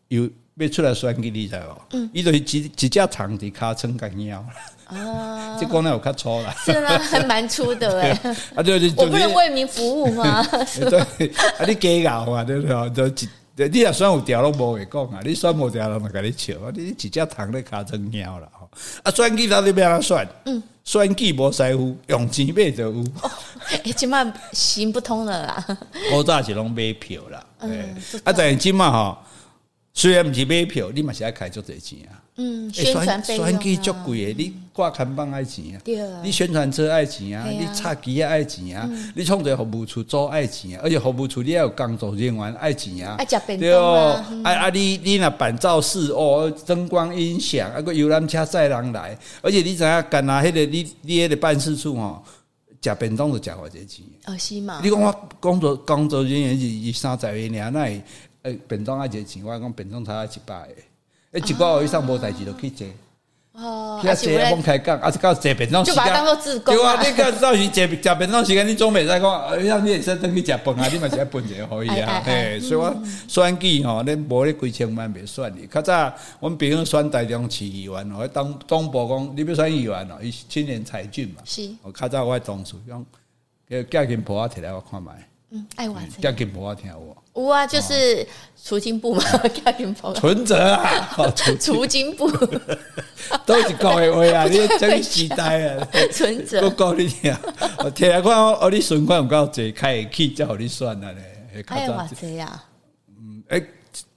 Speaker 2: 有要出来选举，你知无？伊就是一一只长伫尻川甲猫，
Speaker 3: 啊，
Speaker 2: 这讲了有较粗啦。
Speaker 3: [laughs] 是啊，还蛮粗的哎。
Speaker 2: 啊，对对，
Speaker 3: 我
Speaker 2: 就
Speaker 3: 不
Speaker 2: 是
Speaker 3: 能为民服
Speaker 2: [laughs]
Speaker 3: 务吗？是吧
Speaker 2: 对，啊，你假咬嘛，对不对？就一对你若选有条拢无会讲啊，你选无条人就甲你笑啊，你一只虫咧尻川猫啦吼。啊，选举到底要安怎选？嗯，选举无师傅，用钱买就有。
Speaker 3: 哎，起码行不通了啦。
Speaker 2: [laughs] 古早是拢买票啦，
Speaker 3: 嗯
Speaker 2: 哎
Speaker 3: 知道
Speaker 2: 啊，但是即嘛吼，虽然毋是买票，你嘛是爱开足侪钱啊。
Speaker 3: 嗯，
Speaker 2: 欸
Speaker 3: 宣传费用啊
Speaker 2: 选举足贵的，你挂看板爱钱啊
Speaker 3: 对啊，
Speaker 2: 你宣传车爱钱啊，
Speaker 3: 对啊嗯
Speaker 2: 你插旗啊爱钱啊，你创一个服务处做爱钱啊，而且服务处你要有工作人员爱钱啊，
Speaker 3: 爱吃便
Speaker 2: 对
Speaker 3: 当啊
Speaker 2: 哦，啊啊你你若办造势哦，灯光音响啊个游览车载人来，而且你知影干那迄个你你迄个办事处吼，食便当就食偌济钱。
Speaker 3: 哦，是嘛
Speaker 2: 你？讲我工作工作人员是伊三十个尔，那会呃便当啊一个钱，我讲便当差一百个，诶一百个以上无代志就去坐，
Speaker 3: 哦，
Speaker 2: 去啊
Speaker 3: 不
Speaker 2: 坐啊，
Speaker 3: 然
Speaker 2: 罔开讲，啊是到坐便当时
Speaker 3: 就把
Speaker 2: 间
Speaker 3: 它当做自工
Speaker 2: 对
Speaker 3: 啊
Speaker 2: 啊，你到到时坐食便当时间，你总袂使讲，哎呀，你会使等去食饭啊，你嘛是爱分一个可以
Speaker 3: [laughs] 哎
Speaker 2: 啊，
Speaker 3: 哎哎
Speaker 2: 嘿，所以我选举吼，恁无咧几千万袂选哩。较早阮朋友选台中市议员哦，当当部讲你要选议员哦，伊是青年才俊嘛，
Speaker 3: 是
Speaker 2: 我较早我的同事讲，叫叫金婆啊摕来我看卖。
Speaker 3: 嗯，爱玩这
Speaker 2: 叫金婆听我，
Speaker 3: 有啊，就是
Speaker 2: 哦
Speaker 3: 除
Speaker 2: [laughs]
Speaker 3: 金布嘛，家庭包
Speaker 2: 存折啊， [laughs] 哦存
Speaker 3: 除
Speaker 2: [laughs]
Speaker 3: 金布
Speaker 2: 都是讲的话啊，你真时代啊，
Speaker 3: 存
Speaker 2: 我
Speaker 3: 折。
Speaker 2: 讲你听，我听来看我，啊 [laughs] 哦，你存款有够济，开会起才互你选啊咧。较
Speaker 3: 哎
Speaker 2: 早
Speaker 3: 哇塞呀！
Speaker 2: 哎，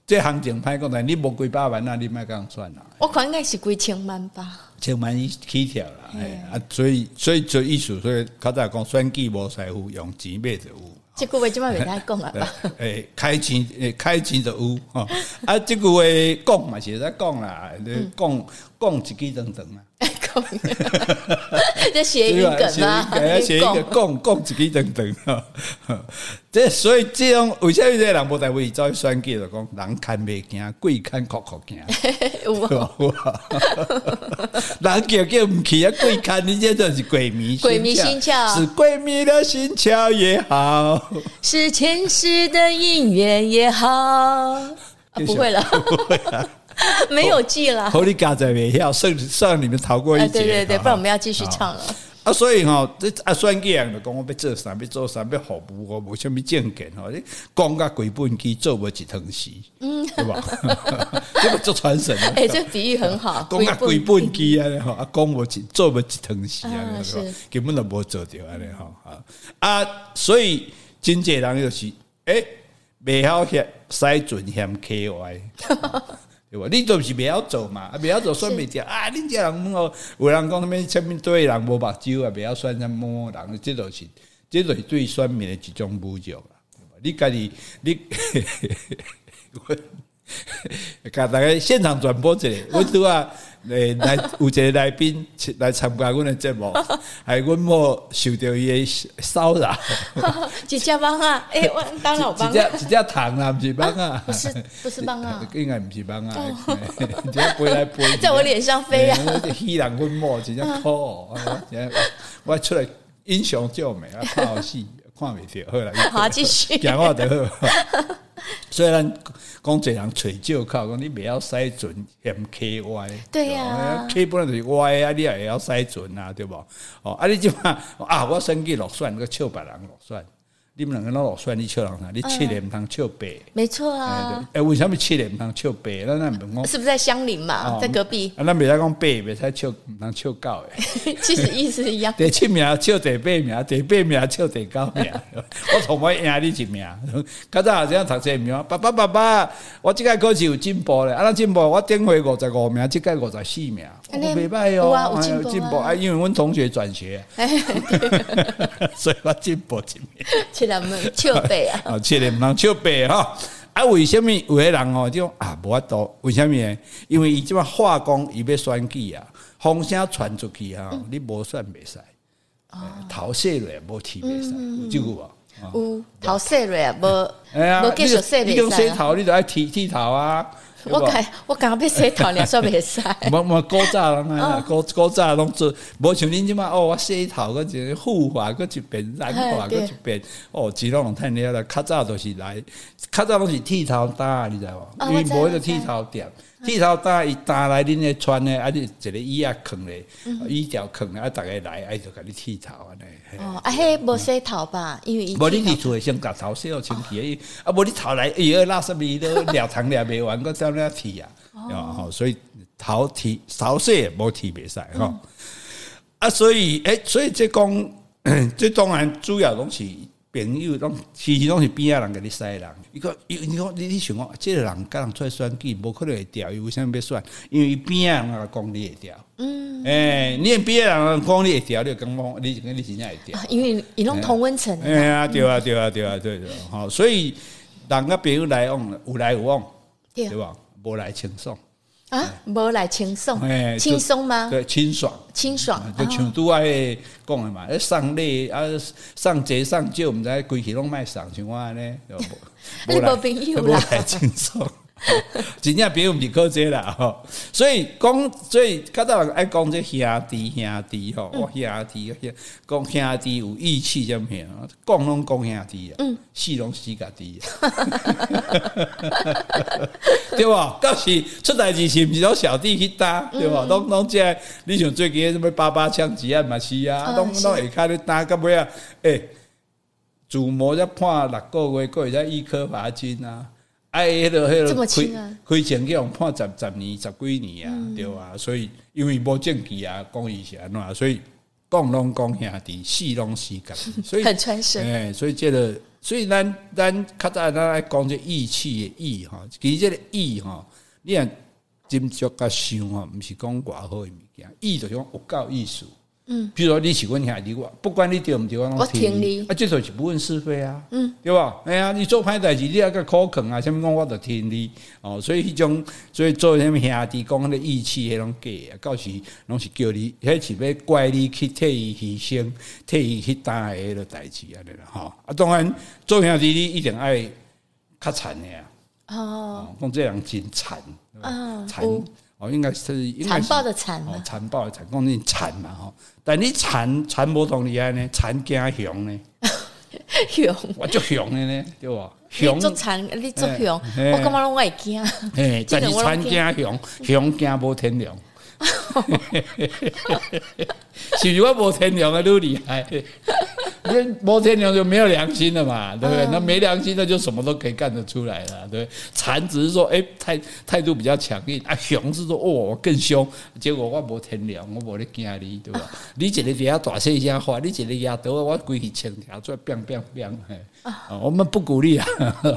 Speaker 2: 这行情歹讲，但你无几百万啊，你莫甲人选啦，
Speaker 3: 我款应该是几千万吧？
Speaker 2: 千万起起跳啦，哎啊，所以所以做意思，所以较早讲选举无师傅，用钱买就有。
Speaker 3: 这句话即摆袂太讲
Speaker 2: [laughs] 哎
Speaker 3: 啊吧？
Speaker 2: 诶，开钱诶，开钱就有吼。啊，即句话讲嘛是会使讲啦，
Speaker 3: 嗯
Speaker 2: 你讲讲一句长长 [laughs] 啊。
Speaker 3: 讲，这 [laughs] 谐音梗吗？
Speaker 2: 哎写一个讲讲一个等等啊。 [laughs] 这所以这种为什么这个人无代为走去选举就讲人看袂惊，鬼看哭哭惊，
Speaker 3: 有 [laughs] 啊
Speaker 2: 有啊 [laughs] 人叫叫毋去啊，鬼看你这就是鬼迷
Speaker 3: 鬼迷心窍
Speaker 2: 是鬼迷了心窍也
Speaker 3: [laughs]
Speaker 2: 好。
Speaker 3: 是前世的
Speaker 2: [laughs]
Speaker 3: 姻缘也好，啊、
Speaker 2: 谢谢
Speaker 3: 不会了，没有记了。
Speaker 2: 好你家在袂晓，算算你们逃过一
Speaker 3: 哎，
Speaker 2: 劫。
Speaker 3: 对对对，
Speaker 2: 哈
Speaker 3: 不然我们要继续唱了。
Speaker 2: 啊，所以吼、这啊，选举人就讲我要做啥，要做啥，要服务我，无啥物证件吼，你讲甲鬼本机做无一汤匙，嗯，对吧？ [laughs] 这个做传神啊，
Speaker 3: [laughs] 哎，这比喻
Speaker 2: [laughs]
Speaker 3: 很好，
Speaker 2: 讲甲
Speaker 3: 啊鬼
Speaker 2: 鬼
Speaker 3: 不
Speaker 2: 本机啊，吼，啊，讲无一做无一汤匙
Speaker 3: 啊
Speaker 2: 啊，对吧
Speaker 3: 是？
Speaker 2: 根本就无做着安尼吼啊啊，所以真济人就是诶，袂晓嫌使准嫌 K Y。对吧？你就是袂晓做嘛，啊，袂晓做选袂着啊！恁遮人哦，有人讲什物什物对人无目睭啊，袂晓选什么人，这就是这就是对选民的一种侮辱啦。对吧你家己你， [laughs] 我甲 [laughs] 大家现场转播一下，
Speaker 3: [laughs]
Speaker 2: 阮拄啊，诶来有一个来宾 [laughs] 来参加阮的节
Speaker 3: [laughs]
Speaker 2: 目，还阮某受到伊的骚
Speaker 3: [laughs]
Speaker 2: 扰。
Speaker 3: 几家帮啊？哎，我当老帮
Speaker 2: 一只
Speaker 3: 啊，
Speaker 2: 一只糖啦，不是
Speaker 3: [laughs]
Speaker 2: 棒啊，
Speaker 3: 不是不是蠓啊
Speaker 2: [laughs] 应该不是棒啊，你要飞来飞去，
Speaker 3: [laughs] 在我脸上
Speaker 2: [laughs]
Speaker 3: 飞啊
Speaker 2: 哎！那稀人阮某真正苦，
Speaker 3: [laughs]
Speaker 2: 啊真的我出来英雄救美啊，看好戏看袂着，好啦，
Speaker 3: [laughs] 好，继续。
Speaker 2: 讲话就好。虽然讲侪人揣借口，讲你袂晓使船嫌 K Y，
Speaker 3: 对啊
Speaker 2: ，K 本来就是 Y 啊，你也会晓 [laughs] 使船啊，对无？哦，啊你即嘛啊，我选举落选，个笑别人落选，你们两个老老算你笑人啊啥？你七年通笑白。
Speaker 3: 没错
Speaker 2: 哎，
Speaker 3: 嗯啊
Speaker 2: 对，哎，为什么七年毋通笑白？咱咱毋讲，
Speaker 3: 是不是在相邻嘛，
Speaker 2: 哦
Speaker 3: [laughs] 在隔壁， [laughs]
Speaker 2: 啊，咱袂使讲白，袂使笑，毋通笑狗诶。
Speaker 3: 其实意思一样。
Speaker 2: 第七名笑第八名，第八名笑第九名， [laughs] 我从尾赢你一名。较早这样读册名，爸爸爸爸，我即届考试有进步咧，啊，咱进步，我顶回五十五名，即届五十四名，我
Speaker 3: 安尼
Speaker 2: 袂歹
Speaker 3: 有
Speaker 2: 哦，
Speaker 3: 啊有
Speaker 2: 哎
Speaker 3: 进步啊
Speaker 2: 有进步啊，因为阮同学转 [laughs] 学，所以我进步一名。
Speaker 3: 去咱们笑背
Speaker 2: [laughs]
Speaker 3: 啊，
Speaker 2: 啊，七年毋通笑白吼。啊，为什么有的人吼，就讲啊无法度？为什么呢？因为伊即马化工伊要选举啊，风声传出去吼，
Speaker 3: 嗯
Speaker 2: 你无选袂使，
Speaker 3: 哦
Speaker 2: 哎头洗落无剃袂
Speaker 3: 嗯
Speaker 2: 使，有即句无？啊
Speaker 3: 有头洗蕊啊，无
Speaker 2: 哎呀，
Speaker 3: 嗯无继续洗
Speaker 2: 你讲
Speaker 3: 袂
Speaker 2: 洗
Speaker 3: 使啊。
Speaker 2: 头，你就爱剃剃头啊。对
Speaker 3: 我
Speaker 2: 不
Speaker 3: 感我感觉要洗头了，煞
Speaker 2: [laughs]
Speaker 3: 袂使。
Speaker 2: 无无古早人
Speaker 3: 嗯
Speaker 2: 啊，古古早拢做，无像恁即马哦，我洗头个一个护发个一遍，染发个
Speaker 3: 哎对
Speaker 2: 一遍，哦，钱拢趁了啦。较早都是来，较早拢是剃头搭，你知无？
Speaker 3: 哦
Speaker 2: 因为
Speaker 3: 我知
Speaker 2: 无迄
Speaker 3: 我
Speaker 2: 个
Speaker 3: 知嗯
Speaker 2: 剃头店，剃头搭伊搭来恁咧穿咧，啊，你一个椅啊囥咧，
Speaker 3: 嗯
Speaker 2: 椅条囥咧，啊，逐个来，啊，伊就甲你剃头安尼。嘿
Speaker 3: 哦，啊嘿，无洗头吧，因为伊
Speaker 2: 无你
Speaker 3: 剃头
Speaker 2: 伫厝诶先夹头洗好清气，啊无你头来，哎呦，垃圾味都了糖了袂完，搁怎了剃啊？哦，吼所以头剃头洗也无剃袂使吼。啊，所以诶，所以这讲， [coughs] 这当然主要拢是朋友，拢其实拢是边仔人甲你使人。伊讲，伊你讲，你你想讲，即个人甲人出来选举，无可能会调，伊为啥物要选？因为伊边仔人甲讲你会调。嗯，诶，你边仔人讲你会调，你就讲讲你你真正会调
Speaker 3: 啊。因为伊拢同温层
Speaker 2: 哎呀，对啊，对啊，对啊，对的，吼，所以人甲朋友来往，有来有往，
Speaker 3: 对
Speaker 2: 对吧？无来清爽，
Speaker 3: 啊，无来轻松
Speaker 2: 哎，，
Speaker 3: 轻
Speaker 2: 就
Speaker 3: 松吗？
Speaker 2: 对，清爽，
Speaker 3: 清爽
Speaker 2: 啊，就像拄仔迄讲的嘛，迄送礼啊，送济送少，毋知规气拢莫送，像我安尼，对吧
Speaker 3: [laughs] 你无朋友啦
Speaker 2: 无来 [laughs] 清爽。真正朋友毋是靠这啦吼，所以讲，所以较早人爱讲这兄弟兄弟吼，
Speaker 3: 嗯
Speaker 2: 我兄弟讲兄弟有义气这物件，讲拢讲兄弟啊，
Speaker 3: 嗯
Speaker 2: 死拢死家己啊。 [laughs] 对吧？到时出代志是毋是拢小弟去担，
Speaker 3: 嗯
Speaker 2: 对吧？拢拢即个，你像最近的什么八八枪击案嘛是啊，
Speaker 3: 嗯
Speaker 2: 拢
Speaker 3: 是
Speaker 2: 拢会开咧担，到尾啊，诶，自谋才判六个月，搁会使一科罚金啊。哎，迄落迄落
Speaker 3: 这么
Speaker 2: 开
Speaker 3: 轻啊
Speaker 2: 开钱去互判十十年、十几年啊，
Speaker 3: 嗯
Speaker 2: 对啊，所以因为无证据啊，讲伊是安怎样，所以讲拢讲兄弟，死拢死家己，
Speaker 3: [laughs]
Speaker 2: 所以
Speaker 3: 很传神。
Speaker 2: 哎、所以这个，所以咱咱较早咱来讲这义气的义吼，其实这个义吼，你若斟酌甲想吼，毋是讲偌好的物件，义就是讲有够意思。嗯，比如说你是阮兄弟，我不管你对毋对，我
Speaker 3: 我
Speaker 2: 拢
Speaker 3: 听
Speaker 2: 听
Speaker 3: 你
Speaker 2: 啊，这就是不问是非啊，嗯，对吧？哎呀，你做歹代志，你也个口肯啊，什么讲我就听你哦，所以迄种，所以做什么兄弟讲迄个义气，迄种假啊，到时拢是叫你，迄是要怪你去替伊牺牲，替伊去担迄个代志安尼啦，吼、啊，当然做兄弟你一定爱较惨的啊，
Speaker 3: 哦，
Speaker 2: 哦，讲这人真惨，对吧
Speaker 3: 嗯
Speaker 2: 惨 [laughs]
Speaker 3: 有
Speaker 2: 哦，应该是应该
Speaker 3: 残
Speaker 2: 是
Speaker 3: 暴的残啊
Speaker 2: 哦
Speaker 3: 嘛，，
Speaker 2: 残暴的残，讲你残嘛吼，但你残残无同厉害呢，残惊熊呢。
Speaker 3: 熊，
Speaker 2: 我足凶的呢，对吧？
Speaker 3: 你
Speaker 2: 凶，
Speaker 3: 做残，你做熊，
Speaker 2: 哎
Speaker 3: 我感觉拢会惊， [laughs]
Speaker 2: 哎，
Speaker 3: 这
Speaker 2: 但
Speaker 3: 个
Speaker 2: 是
Speaker 3: 我拢
Speaker 2: 参加凶，凶惊无天良， [laughs] 是不是我无天良啊，都厉害。因为无天良就没有良心了嘛，对不
Speaker 3: 嗯
Speaker 2: 对？那没良心，那就什么都可以干得出来了，对不对。残只是说，哎、态态度比较强硬啊，凶是说，哦，我更凶，结果我无天良，我无咧惊你，对吧？你一个底下大声一下话，你一个压倒我，我规起枪条出来，砰砰砰，嘿啊，我们不鼓励啊，。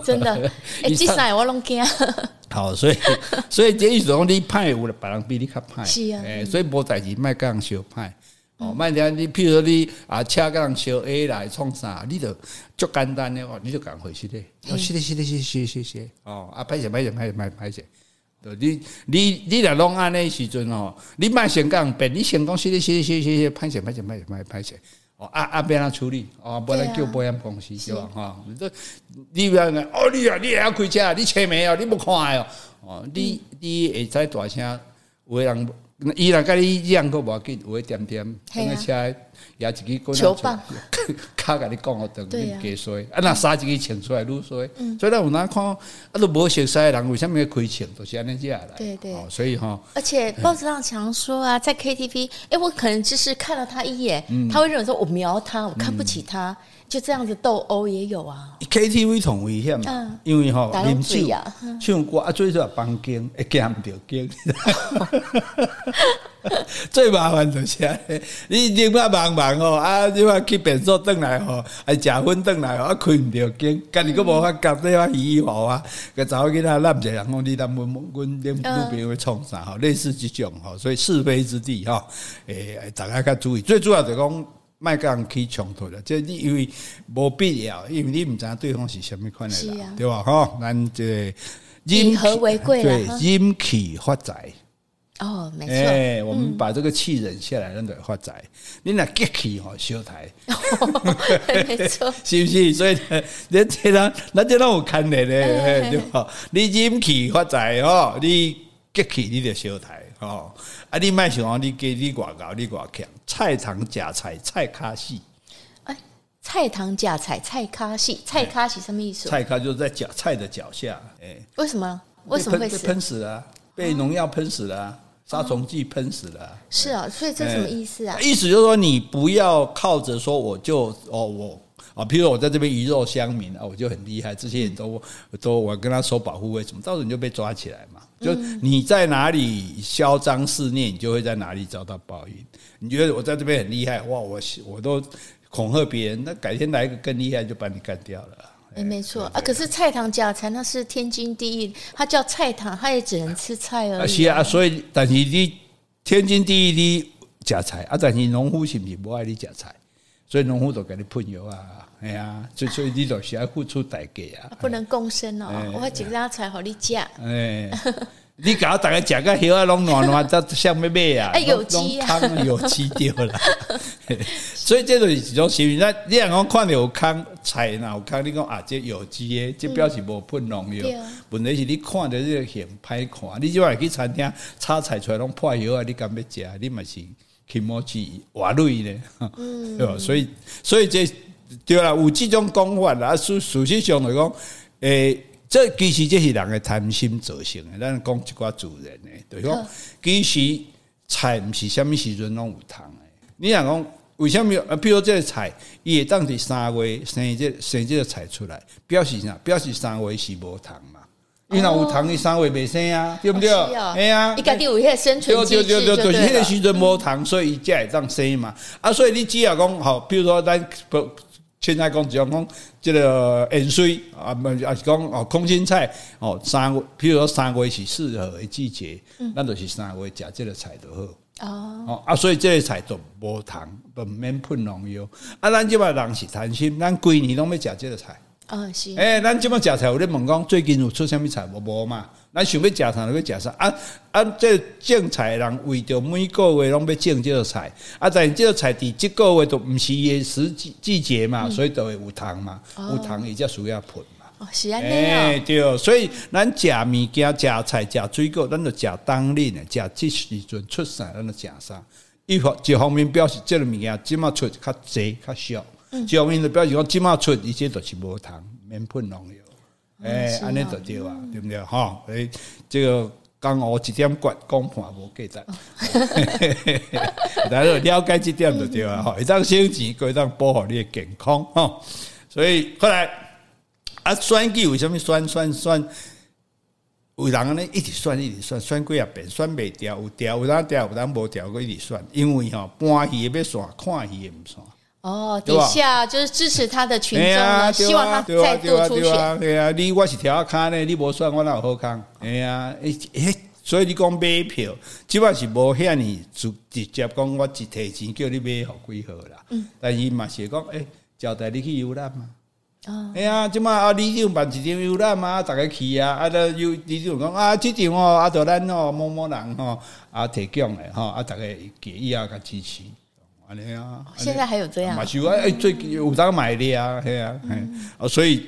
Speaker 3: 真的
Speaker 2: [laughs]
Speaker 3: 哎，
Speaker 2: 一
Speaker 3: 这
Speaker 2: 上
Speaker 3: 三个我
Speaker 2: [laughs]
Speaker 3: 拢惊，
Speaker 2: 好，所以 [laughs] 所以这意思讲，你歹有别人比你较歹，
Speaker 3: 是啊嗯
Speaker 2: 哎所以无代志莫甲人相歹。哦，莫听你，譬如说你啊，车甲人相 A 来创啥，你就足简单的哦，你就共回去嘞。
Speaker 3: 嗯
Speaker 2: 哦，是的，是的，是的是的是的是的哦，啊，歹势歹势歹势歹势歹势。对你你你若拢安尼时阵吼，你莫先甲人变，你先讲是的，是的，是的是的歹势歹势歹势歹势歹势。哦，啊啊，变啊处理哦，不然
Speaker 3: 对啊
Speaker 2: 叫保险公司对吧？哈，你这你不要讲哦，你啊，你会晓开车啊，你车没哦，你不看的哦，哦，你
Speaker 3: 嗯
Speaker 2: 你会使大声，有的人伊若甲你嚷个无要紧，有的点点，
Speaker 3: 嘿啊
Speaker 2: 那个车也一支棍仔
Speaker 3: 球棒
Speaker 2: 出来， [laughs] 卡甲你讲个等
Speaker 3: 对
Speaker 2: 你
Speaker 3: 啊嗯
Speaker 2: 加衰，啊那三一个穿出来愈衰，所以咱有哪看，啊都无熟悉的人为什么会开枪，就是安尼这样来，
Speaker 3: 对对
Speaker 2: 哦所以吼，
Speaker 3: 而且报纸上常说啊，在 KTV，哎、我可能只是看了他一眼，
Speaker 2: 嗯
Speaker 3: 他会认为说我瞄他，我看不起他，就这样子斗殴也有啊。
Speaker 2: KTV 同危险嘛
Speaker 3: 嗯，
Speaker 2: 因为吼
Speaker 3: 打到
Speaker 2: 啉
Speaker 3: 醉
Speaker 2: 酒
Speaker 3: 啊、
Speaker 2: 唱歌啊，最少房间会惊毋着惊。最麻烦就是安尼，你啉啊茫茫吼，啊你话去便所转来吼，啊食薰转来吼，啊困毋着惊，家己佫无法觉你遐稀糊啊，个查某囡仔揽一个人讲你咱阮阮恁女朋友会创啥吼，类似即种吼，所以是非之地吼，诶、大家较注意，最主要就讲。卖甲人起冲突了，即你因为无必要，因为你毋知影对方是虾物款的人，
Speaker 3: 是啊
Speaker 2: 对吧？吼，咱即个
Speaker 3: 以和为贵啦
Speaker 2: 对
Speaker 3: 哈，
Speaker 2: 阴气发财。
Speaker 3: 哦，没错，
Speaker 2: 哎、我们把这个气忍下来，咱就会发财。你若激气吼，小台，
Speaker 3: [laughs] 没错，
Speaker 2: 是不是？所以呢，咱这人，咱这人有牵连咧，
Speaker 3: 哎
Speaker 2: 哎对吧？你忍气发财吼，你激气你就小台吼。啊，你莫想讲你给你外高，你外强，菜场假菜，菜卡死，
Speaker 3: 哎，菜堂假菜菜咖戏，菜咖戏什么意思？
Speaker 2: 哎菜卡就是在脚菜的脚下，哎、
Speaker 3: 为什么？为什么
Speaker 2: 被喷被
Speaker 3: 会死？
Speaker 2: 喷死了啊、被农药喷死了啊、杀虫剂喷死了啊、
Speaker 3: 是啊，所以这什么意思啊？
Speaker 2: 意思就是说，你不要靠着说我就哦我啊，譬如我在这边鱼肉乡民啊，我就很厉害，这些人都都我跟他说保护为什么，到时候你就被抓起来嘛。就你在哪里嚣张肆虐，你就会在哪里遭到报应。你觉得我在这边很厉害，哇，我我都恐吓别人，那改天来一个更厉害，就把你干掉了。
Speaker 3: 哎，没错啊，可是菜堂假菜那是天经地义，它叫菜堂，它也只能吃菜而
Speaker 2: 啊，
Speaker 3: 已。
Speaker 2: 是啊，所以但是你天经地义你食菜啊，但是农夫是毋是无爱你食菜，所以农夫就给你喷药啊，哎呀、
Speaker 3: [laughs]
Speaker 2: 所以所以你就是要付出代价啊，
Speaker 3: 不能共生哦
Speaker 2: 哎，
Speaker 3: 我几张菜好你假，
Speaker 2: 哎、你搞大家食个药啊，拢烂烂，则像要买啊，
Speaker 3: 哎有
Speaker 2: 拢拢
Speaker 3: 机啊
Speaker 2: 空有机掉啦。所以这就是一种行为。那你若讲看到有空菜若有空，你讲啊，这有机的，这表示无喷农药
Speaker 3: 对啊。
Speaker 2: 问题是你看着这个很歹看，你即摆去餐厅炒菜出来拢破药啊，你敢要食？你嘛是起毛起活累咧， [laughs] 对吧？所以所以这对啦，有即种讲法啦，啊事事实上来讲，诶、这其实这是人的贪心造成的，咱讲一寡自然的，就是讲
Speaker 3: 好
Speaker 2: 其实菜毋是什物时阵拢有虫的。你若讲为什么？啊，比如这个菜，伊会当伫三月生这生这个菜出来，表示啥？表示三月是无虫嘛。伊若有虫，伊三月袂生啊，对毋对？
Speaker 3: 哦是哦
Speaker 2: 哎呀，
Speaker 3: 你家己有迄个生存
Speaker 2: 对
Speaker 3: 机
Speaker 2: 对
Speaker 3: 制就
Speaker 2: 对对，就是迄
Speaker 3: 对
Speaker 2: 个
Speaker 3: 了。嗯
Speaker 2: 时阵无糖，所以伊才会当生嘛。啊，所以你只要讲吼，比如说咱不凊彩讲，只要讲即个盐水啊，不啊是讲哦空心菜哦，三月，比如说三月是适合的季节，
Speaker 3: 嗯
Speaker 2: 咱就是三月食即个菜就好。
Speaker 3: 哦，
Speaker 2: 哦啊，所以这个菜就无糖，就毋免喷农药。啊，咱即摆人是贪心，咱规年拢要食即个菜。
Speaker 3: 嗯，是。
Speaker 2: 诶、咱即摆食菜，有咧问讲最近有出啥物菜无无嘛？咱想要食啥就要食啥啊啊！这种菜的人为着每个月拢要种即个菜，啊，但是即个菜伫即个月都毋是伊的时季季节嘛，所以就会有虫嘛，有虫伊才需要喷嘛。
Speaker 3: 哦，是安尼
Speaker 2: 哎、
Speaker 3: 哦，
Speaker 2: 对，所以咱食物件、食菜、食水果，咱就食当令的，食即时阵出啥，咱就食啥。一方一方面表示即个物件即马出较济较俗，
Speaker 3: 嗯
Speaker 2: 一方面就表示讲即马出，伊这就是无糖，免喷农药。哎、
Speaker 3: 是
Speaker 2: 安尼、
Speaker 3: 哦
Speaker 2: 就对啊，对不对？吼，哎、这个江湖一点决讲判无价值。
Speaker 3: 哦
Speaker 2: [laughs] 大家就了解这点就对啊，
Speaker 3: 嗯
Speaker 2: 吼，会当省钱，可以当保护你的健康吼。所以后来啊，选举为什么选选选？有人安尼一直选一直选，选几啊遍，选袂掉，有调有人调有人无调，佮一直选，因为吼搬戏的要选，看戏的毋选。
Speaker 3: 哦，
Speaker 2: 对
Speaker 3: 底
Speaker 2: 吧
Speaker 3: 下就是支持他的群
Speaker 2: 哎
Speaker 3: 众
Speaker 2: 呀对啊
Speaker 3: 呢，希望他
Speaker 2: 对啊
Speaker 3: 再
Speaker 2: 对
Speaker 3: 度
Speaker 2: 啊
Speaker 3: 出
Speaker 2: 对
Speaker 3: 选。
Speaker 2: 啊对啊，你我是条卡呢，你无选我哪有好康？哎呀，诶诶，所以你讲买票，即摆是无遐尼直直接讲我一提钱叫你买互几号啦。
Speaker 3: 嗯
Speaker 2: 但是嘛是讲，诶、招待你去游览嘛。
Speaker 3: 哦
Speaker 2: 哎呀，即马啊，李长办一场游览嘛，逐个去啊，啊，咧游李长讲啊，即场哦，啊，着咱哦某某人吼，啊，提供诶吼，啊，逐个给以后甲支持，安尼啊。安尼
Speaker 3: 现在还有这样嗯
Speaker 2: 嘛是有啊，哎，哦最近有当买的啊，系啊，嘿啊，所以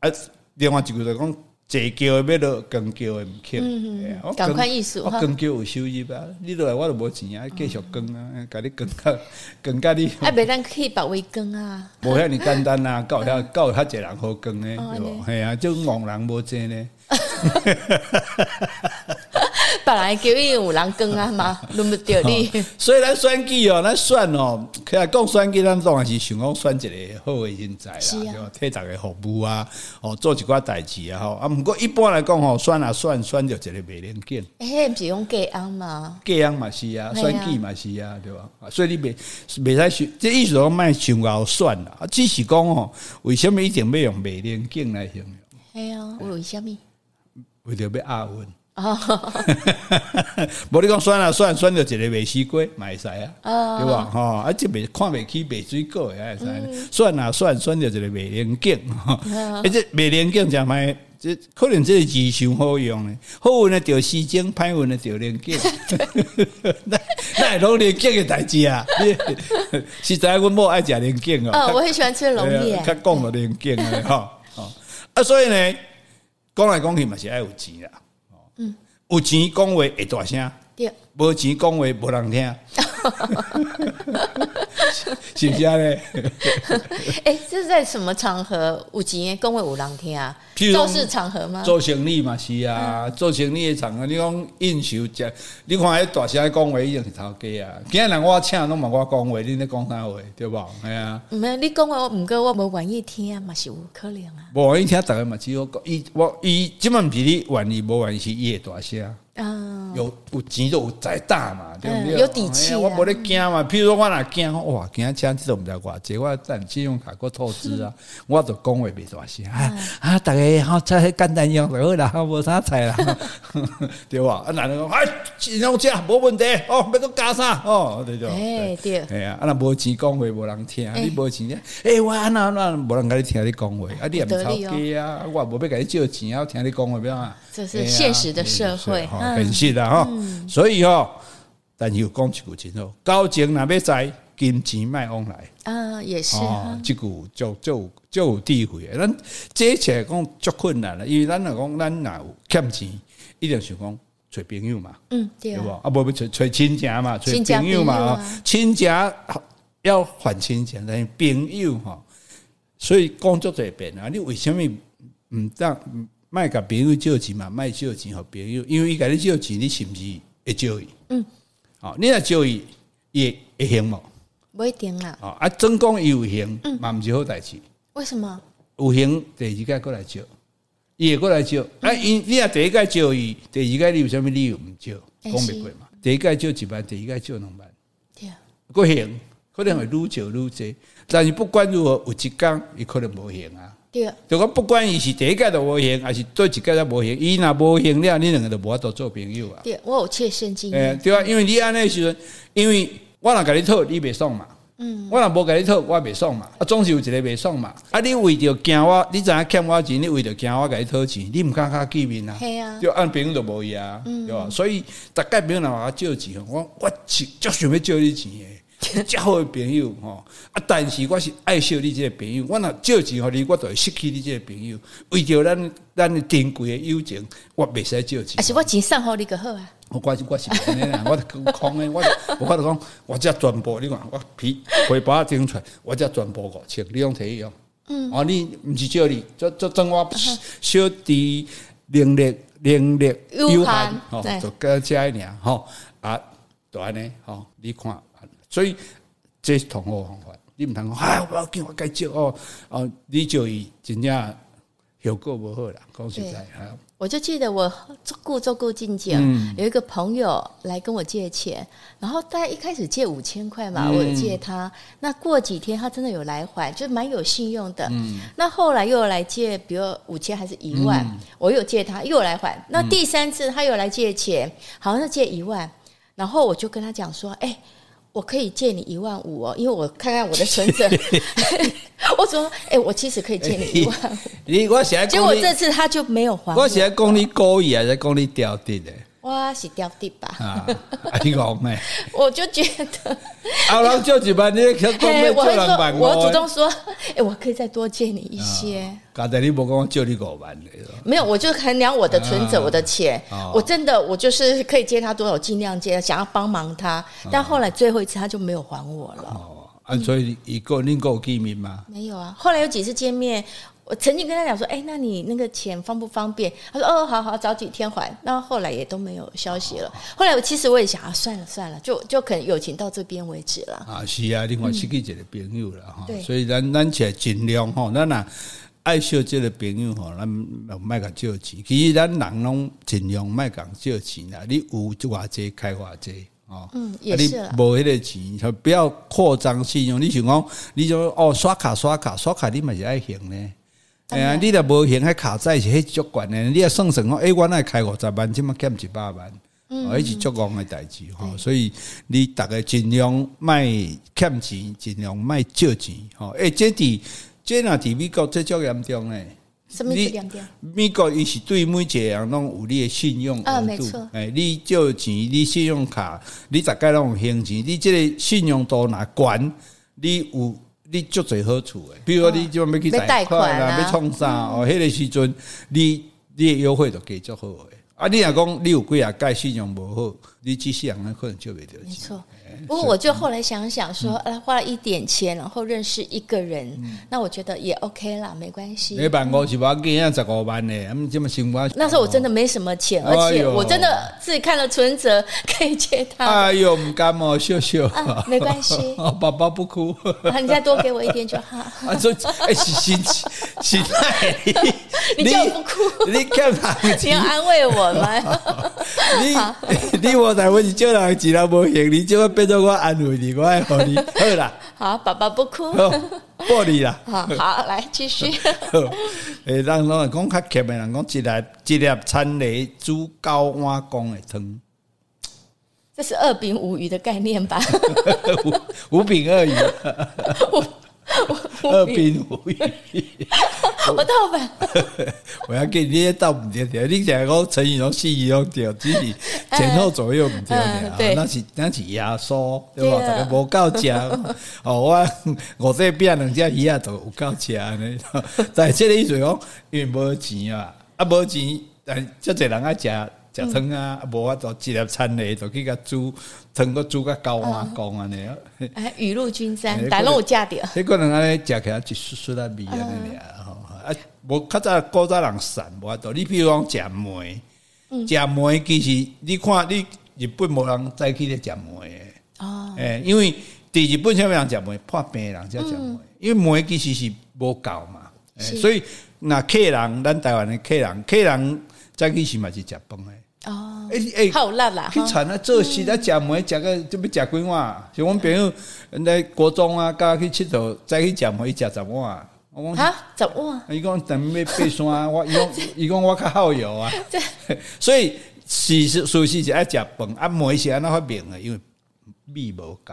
Speaker 2: 啊，另外一句就讲，坐桥的要落，拱桥的毋捡。嘿啊我
Speaker 3: 嗯赶快
Speaker 2: 拱
Speaker 3: 意思
Speaker 2: 我
Speaker 3: 哈嗯
Speaker 2: 拱桥有收入啊，你落来我就无钱啊，继续拱啊，甲你拱到拱到你。
Speaker 3: 哎，别咱可以把围根啊，
Speaker 2: 无遐尼简单啊，到遐到遐侪人好讲呢，对
Speaker 3: 哦安尼
Speaker 2: 无？系啊，种戆人无济呢，
Speaker 3: [laughs] 本来叫伊有人根啊
Speaker 2: [laughs]
Speaker 3: 嘛，轮不到 [laughs] 你。
Speaker 2: 哦所以咱选举哦，咱选哦，其实讲选举，咱当然是想讲选一个好的人才啦，
Speaker 3: 是啊
Speaker 2: 对吧替逐个服务啊，哦，做一寡代志啊，吼。啊，毋过一般来讲吼，选啊选选着一个袂灵见，
Speaker 3: 哎，迄毋是用鸡翁嘛？
Speaker 2: 嫁人嘛是啊，
Speaker 3: 嘿啊
Speaker 2: 选举嘛是啊，对吧？啊所以你袂袂使想，这意思讲莫想熬选啦，啊只是讲吼，为什么一定要用袂灵见来形容？
Speaker 3: 哎呀，我为虾米？
Speaker 2: 为着要押韵。
Speaker 3: 哦，
Speaker 2: [laughs] 无你讲选啊选，选着一个卖西瓜，嘛会使啊，
Speaker 3: 哦
Speaker 2: 对吧？吼、啊，即袂看袂起卖水果的，也会使呢。选啊选，选着一个卖龙井，吼、
Speaker 3: [laughs]
Speaker 2: 哎
Speaker 3: 嗯
Speaker 2: 而且卖龙井诚歹，这可能这个字伤好用呢。好运的着西井，歹运的着龙
Speaker 3: [laughs]
Speaker 2: 井。 [laughs] 那那会拢龙井的代志啊！ [laughs] 你实在阮某爱食龙井哦。
Speaker 3: [laughs] 哦，我很喜欢吃
Speaker 2: [laughs]
Speaker 3: 龙
Speaker 2: 对
Speaker 3: 眼
Speaker 2: 啊，较讲了连见的 [laughs] 吼。吼啊，所以呢，讲来讲去嘛是爱有钱啦。嗯，有钱讲话会大声，
Speaker 3: 对，
Speaker 2: 无钱讲话无人听。是是不是安尼？
Speaker 3: 哎，这是在什么场合？有钱的讲话有人听啊？
Speaker 2: 譬如
Speaker 3: 做
Speaker 2: 说
Speaker 3: 事场合吗？
Speaker 2: 做生意嘛是啊，做生意的场合，你讲应酬食，你看迄大声讲话已经是头家啊。今日人我请拢嘛我讲话，你咧讲啥话对无？系啊。
Speaker 3: 毋免你讲话，我毋过我无愿意听啊，嘛是有可能啊。
Speaker 2: 无愿意听，逐个嘛只有讲，伊我伊即满毋是你愿意，无愿意是伊会大声。
Speaker 3: 啊，
Speaker 2: 有有钱就有财大嘛，对不
Speaker 3: 嗯
Speaker 2: 对？
Speaker 3: 有底气啊
Speaker 2: 哎呀我无咧惊嘛，譬如说我若惊，哇，惊请即种毋知偌济，我等信用卡搁透支啊，我就讲话袂大声。啊，
Speaker 3: 嗯
Speaker 2: 啊，逐个吼，菜简单用就好啦，无啥菜
Speaker 3: [laughs]
Speaker 2: 啦， [laughs] 对吧？啊，男人讲，哎，尽量食，无问题，哦，要搁加啥？哦，对对。
Speaker 3: 哎，对，
Speaker 2: 哎呀，啊若无钱讲话无人听，啊
Speaker 3: 哎
Speaker 2: 你无钱，哎、我安那安那无人甲你听你讲话，啊你也毋
Speaker 3: 有道
Speaker 2: 操
Speaker 3: 理哦
Speaker 2: 鸡啊，我也无要甲你借钱，啊，听你讲话，要啊。
Speaker 3: 这是现实的社
Speaker 2: 哎
Speaker 3: 会
Speaker 2: 呀
Speaker 3: 嗯
Speaker 2: 很是啦吼。所以吼，但是有讲一句真好，交情若要知，金钱莫往来。
Speaker 3: 啊，也是
Speaker 2: 哦
Speaker 3: 啊，，
Speaker 2: 即句就就就有智慧的。咱这起来讲足困难啦，因为咱若讲咱若有欠钱，一定想讲找朋友嘛。
Speaker 3: 嗯，对
Speaker 2: 对不？
Speaker 3: 啊，
Speaker 2: 啊，无要找找亲戚嘛，找
Speaker 3: 亲戚
Speaker 2: 朋友嘛，
Speaker 3: 朋友啊
Speaker 2: 哦亲戚要还亲戚，但是朋友吼，所以工作这遍啊，你为什么毋当卖甲朋友借钱嘛？卖借钱互朋友，因为伊甲你借钱，你是毋是会借伊？
Speaker 3: 嗯，
Speaker 2: 哦，你若借伊，伊会会行无？
Speaker 3: 不一定啦。
Speaker 2: 哦，啊，真讲伊有行，
Speaker 3: 嗯
Speaker 2: 嘛毋是好代志。
Speaker 3: 为什么？
Speaker 2: 有行第二届过来借，伊会过来借。啊，因你若第一届借伊，第二届你有啥物理由毋借？
Speaker 3: 哎
Speaker 2: 讲袂过嘛。第一届借一万，第二届借两万，
Speaker 3: 对啊，
Speaker 2: 佫行，可能会愈借愈济。但是不管如何，有一工伊可能无行啊。
Speaker 3: 对啊，
Speaker 2: 就讲不管伊是第一届都无行，还是对一届都无行，伊若无行了，你两个都无法度做朋友啊。
Speaker 3: 对啊，我有切身经
Speaker 2: 诶、
Speaker 3: 验。
Speaker 2: 对啊，因为你安尼的时阵，因为我若甲你讨，你袂爽嘛。嗯，我若无甲你讨，我袂爽嘛。啊，总是有一个袂爽嘛。啊，你为着惊我，你知影欠我钱，你为着惊我甲你讨钱，你毋敢甲我见面啊。
Speaker 3: 嘿啊嗯
Speaker 2: 对，按朋友就无伊啊，对吧？所以大概朋友若甲借钱，我我是足想要借你钱
Speaker 3: [laughs]
Speaker 2: 诶，遮好诶朋友吼。啊，但是我是爱惜你即个朋友，我若借钱互你，我就会失去你即个朋友。为着咱咱的珍贵诶友情，我袂使借钱。
Speaker 3: 啊，是我钱送互你就好啊。
Speaker 2: 我我是我是安尼啦， [laughs] 我就空诶，我就我我就讲，我这全部你看，我皮皮包顶出来，我这全部五千，你用摕去用。嗯，哦，你毋是借你，这这等我
Speaker 3: 嗯
Speaker 2: 小弟能力能力
Speaker 3: 有限
Speaker 2: 吼
Speaker 3: 对，
Speaker 2: 就加遮尔吼啊，就安尼吼，你看，啊所以这是同好方法，你毋通讲，哎，我要紧，我该借哦哦，你借伊真正效果无好啦，讲实在啊，
Speaker 3: 我就记得我做顾做顾静静，有一个朋友来跟我借钱，然后大家一开始借五千块嘛，我有借他。那过几天他真的有来还，就蛮有信用的。那后来又来借，比如五千还是一万，我又借他又来还。那第三次他又来借钱，好像是借一万，然后我就跟他讲说：“哎、我可以借你一万五哦，因为我看看我的存折， [laughs] 我说，哎、我其实可以借
Speaker 2: [laughs]
Speaker 3: 你一万五。
Speaker 2: 你我现在
Speaker 3: 结果这次他就没有还
Speaker 2: 我是在讲你故意还是在讲你调的咧？
Speaker 3: 我我是掉地吧，
Speaker 2: 啊，啊你讲咩？
Speaker 3: [laughs] 我就觉 [laughs] 得，
Speaker 2: 啊，人借一万，你讲
Speaker 3: 哎，
Speaker 2: 咩？做
Speaker 3: 我会
Speaker 2: 人哦
Speaker 3: 说，
Speaker 2: 万五的
Speaker 3: 我主动说， [laughs] 哎、我可以再多借你一些。
Speaker 2: 刚才你无讲借你五万的，
Speaker 3: 没有，我就衡量我的存折、
Speaker 2: 啊
Speaker 3: 我的钱
Speaker 2: 哦。
Speaker 3: 我真的，我就是可以借他多少，我尽量借，想要帮忙
Speaker 2: 啊
Speaker 3: 他。但后来最后一次，他就没有还我了。
Speaker 2: 哦，啊，所以一个恁个有见面吗？
Speaker 3: 没有啊，后来有几次见面，我曾经跟他讲说：“哎，那你那个钱方不方便？”他说：“哦，好好，早几天还。”那后来也都没有消息
Speaker 2: 啊
Speaker 3: 了。后来我其实我也想啊，算了算了，就就可能友情到这边为止了。
Speaker 2: 啊，是啊，另外失去一个朋友啦，哈、
Speaker 3: 哦嗯对
Speaker 2: 所以咱咱才尽量吼，咱若爱惜这个朋友吼，咱莫甲借钱。其实咱人拢尽量莫甲借钱啦，你有偌济开偌济。哦，
Speaker 3: 嗯也是啦
Speaker 2: 啊你无迄个钱，就不要扩张信用。你想讲，你想哦，刷卡刷卡刷卡，你嘛是爱行呢？哎呀，你若无行，迄卡债是迄足悬诶。你若算算讲，诶，我那开五十万，即马减一百万，
Speaker 3: 嗯
Speaker 2: 哦，迄是足戆诶代志吼。所以你逐个尽量莫欠钱，尽量莫借钱吼。诶，这伫这若伫美国这足严重诶。
Speaker 3: 什么意思？两点？
Speaker 2: 美国伊是对每一个人拢有你的信用
Speaker 3: 啊
Speaker 2: 额
Speaker 3: 没
Speaker 2: 度
Speaker 3: 错，
Speaker 2: 哎、你借钱，你信用卡，你大概拢有现钱，你即个信用度若悬，你有你足侪好处诶。比如说你即晚要去
Speaker 3: 啊要贷款啊
Speaker 2: 要创啥哦，迄个时阵你你的优惠就加足好诶。啊，你若讲你有几啊届信用无好，你即世人可能借袂着
Speaker 3: 没
Speaker 2: 钱。
Speaker 3: 错。不过我就后来想想说，
Speaker 2: 嗯
Speaker 3: 啊，花了一点钱，然后认识一个人，那我觉得也 OK 啦，没关系。
Speaker 2: 你办五是要紧啊，十五万呢，啊，即么生活。
Speaker 3: 那时候我真的没什么钱，
Speaker 2: 哎呦
Speaker 3: 而且我真的自己看了存折，可以借他。
Speaker 2: 哎呦，唔甘哦，笑笑。
Speaker 3: 啊没关系
Speaker 2: [laughs] 宝宝不哭。
Speaker 3: 啊，你再多给我一点就
Speaker 2: [laughs]
Speaker 3: 好。
Speaker 2: 啊，所以哎、是是是，是奈
Speaker 3: [laughs] 你叫我不哭，
Speaker 2: 你干嘛？
Speaker 3: [laughs] 你要安慰我
Speaker 2: 哎
Speaker 3: 吗？
Speaker 2: [laughs] 你你我在问你借人钱人无行，你就会变做我安慰你，我爱
Speaker 3: [laughs]
Speaker 2: 互你好啦，
Speaker 3: [laughs] 好，宝宝不哭。
Speaker 2: 好报你啦。
Speaker 3: 好好，来继
Speaker 2: [laughs]
Speaker 3: 续。
Speaker 2: 好诶，人拢会讲较欠的人讲一粒一粒田螺煮九碗公的汤， [laughs]
Speaker 3: 这是二饼五鱼的概念吧？
Speaker 2: 五五饼二鱼，二 [laughs] 饼无鱼。
Speaker 3: 我盗版，
Speaker 2: 我要给你到唔对对，你讲讲成语拢细语拢对，只是前后左右唔对
Speaker 3: 嗯对
Speaker 2: 呃对，那是那是压缩对吧？
Speaker 3: 对啊
Speaker 2: 大家无够食，哦，我我这边两只鱼啊都有够食呢。 [laughs] 但这个意思讲，因为无钱啊，啊无钱，但遮侪人爱食。食汤啊，无法度一粒餐咧，就去甲煮汤，个煮甲高碗公啊安尼。
Speaker 3: 哎，雨露均
Speaker 2: 哎
Speaker 3: 沾，打拢有价点。
Speaker 2: 迄个人安尼食起来一丝丝啊味安尼俩吼，啊，无较早古早人散无法度。你比如讲食梅，
Speaker 3: 嗯
Speaker 2: 食梅其实你看你日本无人早起咧食梅的，
Speaker 3: 哦，
Speaker 2: 诶，因为伫日本啥物人食梅，破病的人才食梅，因为梅其实是无够嘛，诶
Speaker 3: 嗯是
Speaker 2: 所以若客人咱台湾的客人，客人早起是嘛是食饭的。哎
Speaker 3: 哦，
Speaker 2: 诶诶
Speaker 3: 好辣啦！
Speaker 2: 去
Speaker 3: 哈，
Speaker 2: 田啊做事啊，食糜食个就要食几碗。像阮朋友来国中啊，甲去佚佗，再去食糜食十碗。我讲，
Speaker 3: 啊，怎么？
Speaker 2: 伊讲等要爬山啊，我伊讲伊讲我较好游啊。所以事实事实是爱食饭啊，糜是安怎发明的？因为米无够，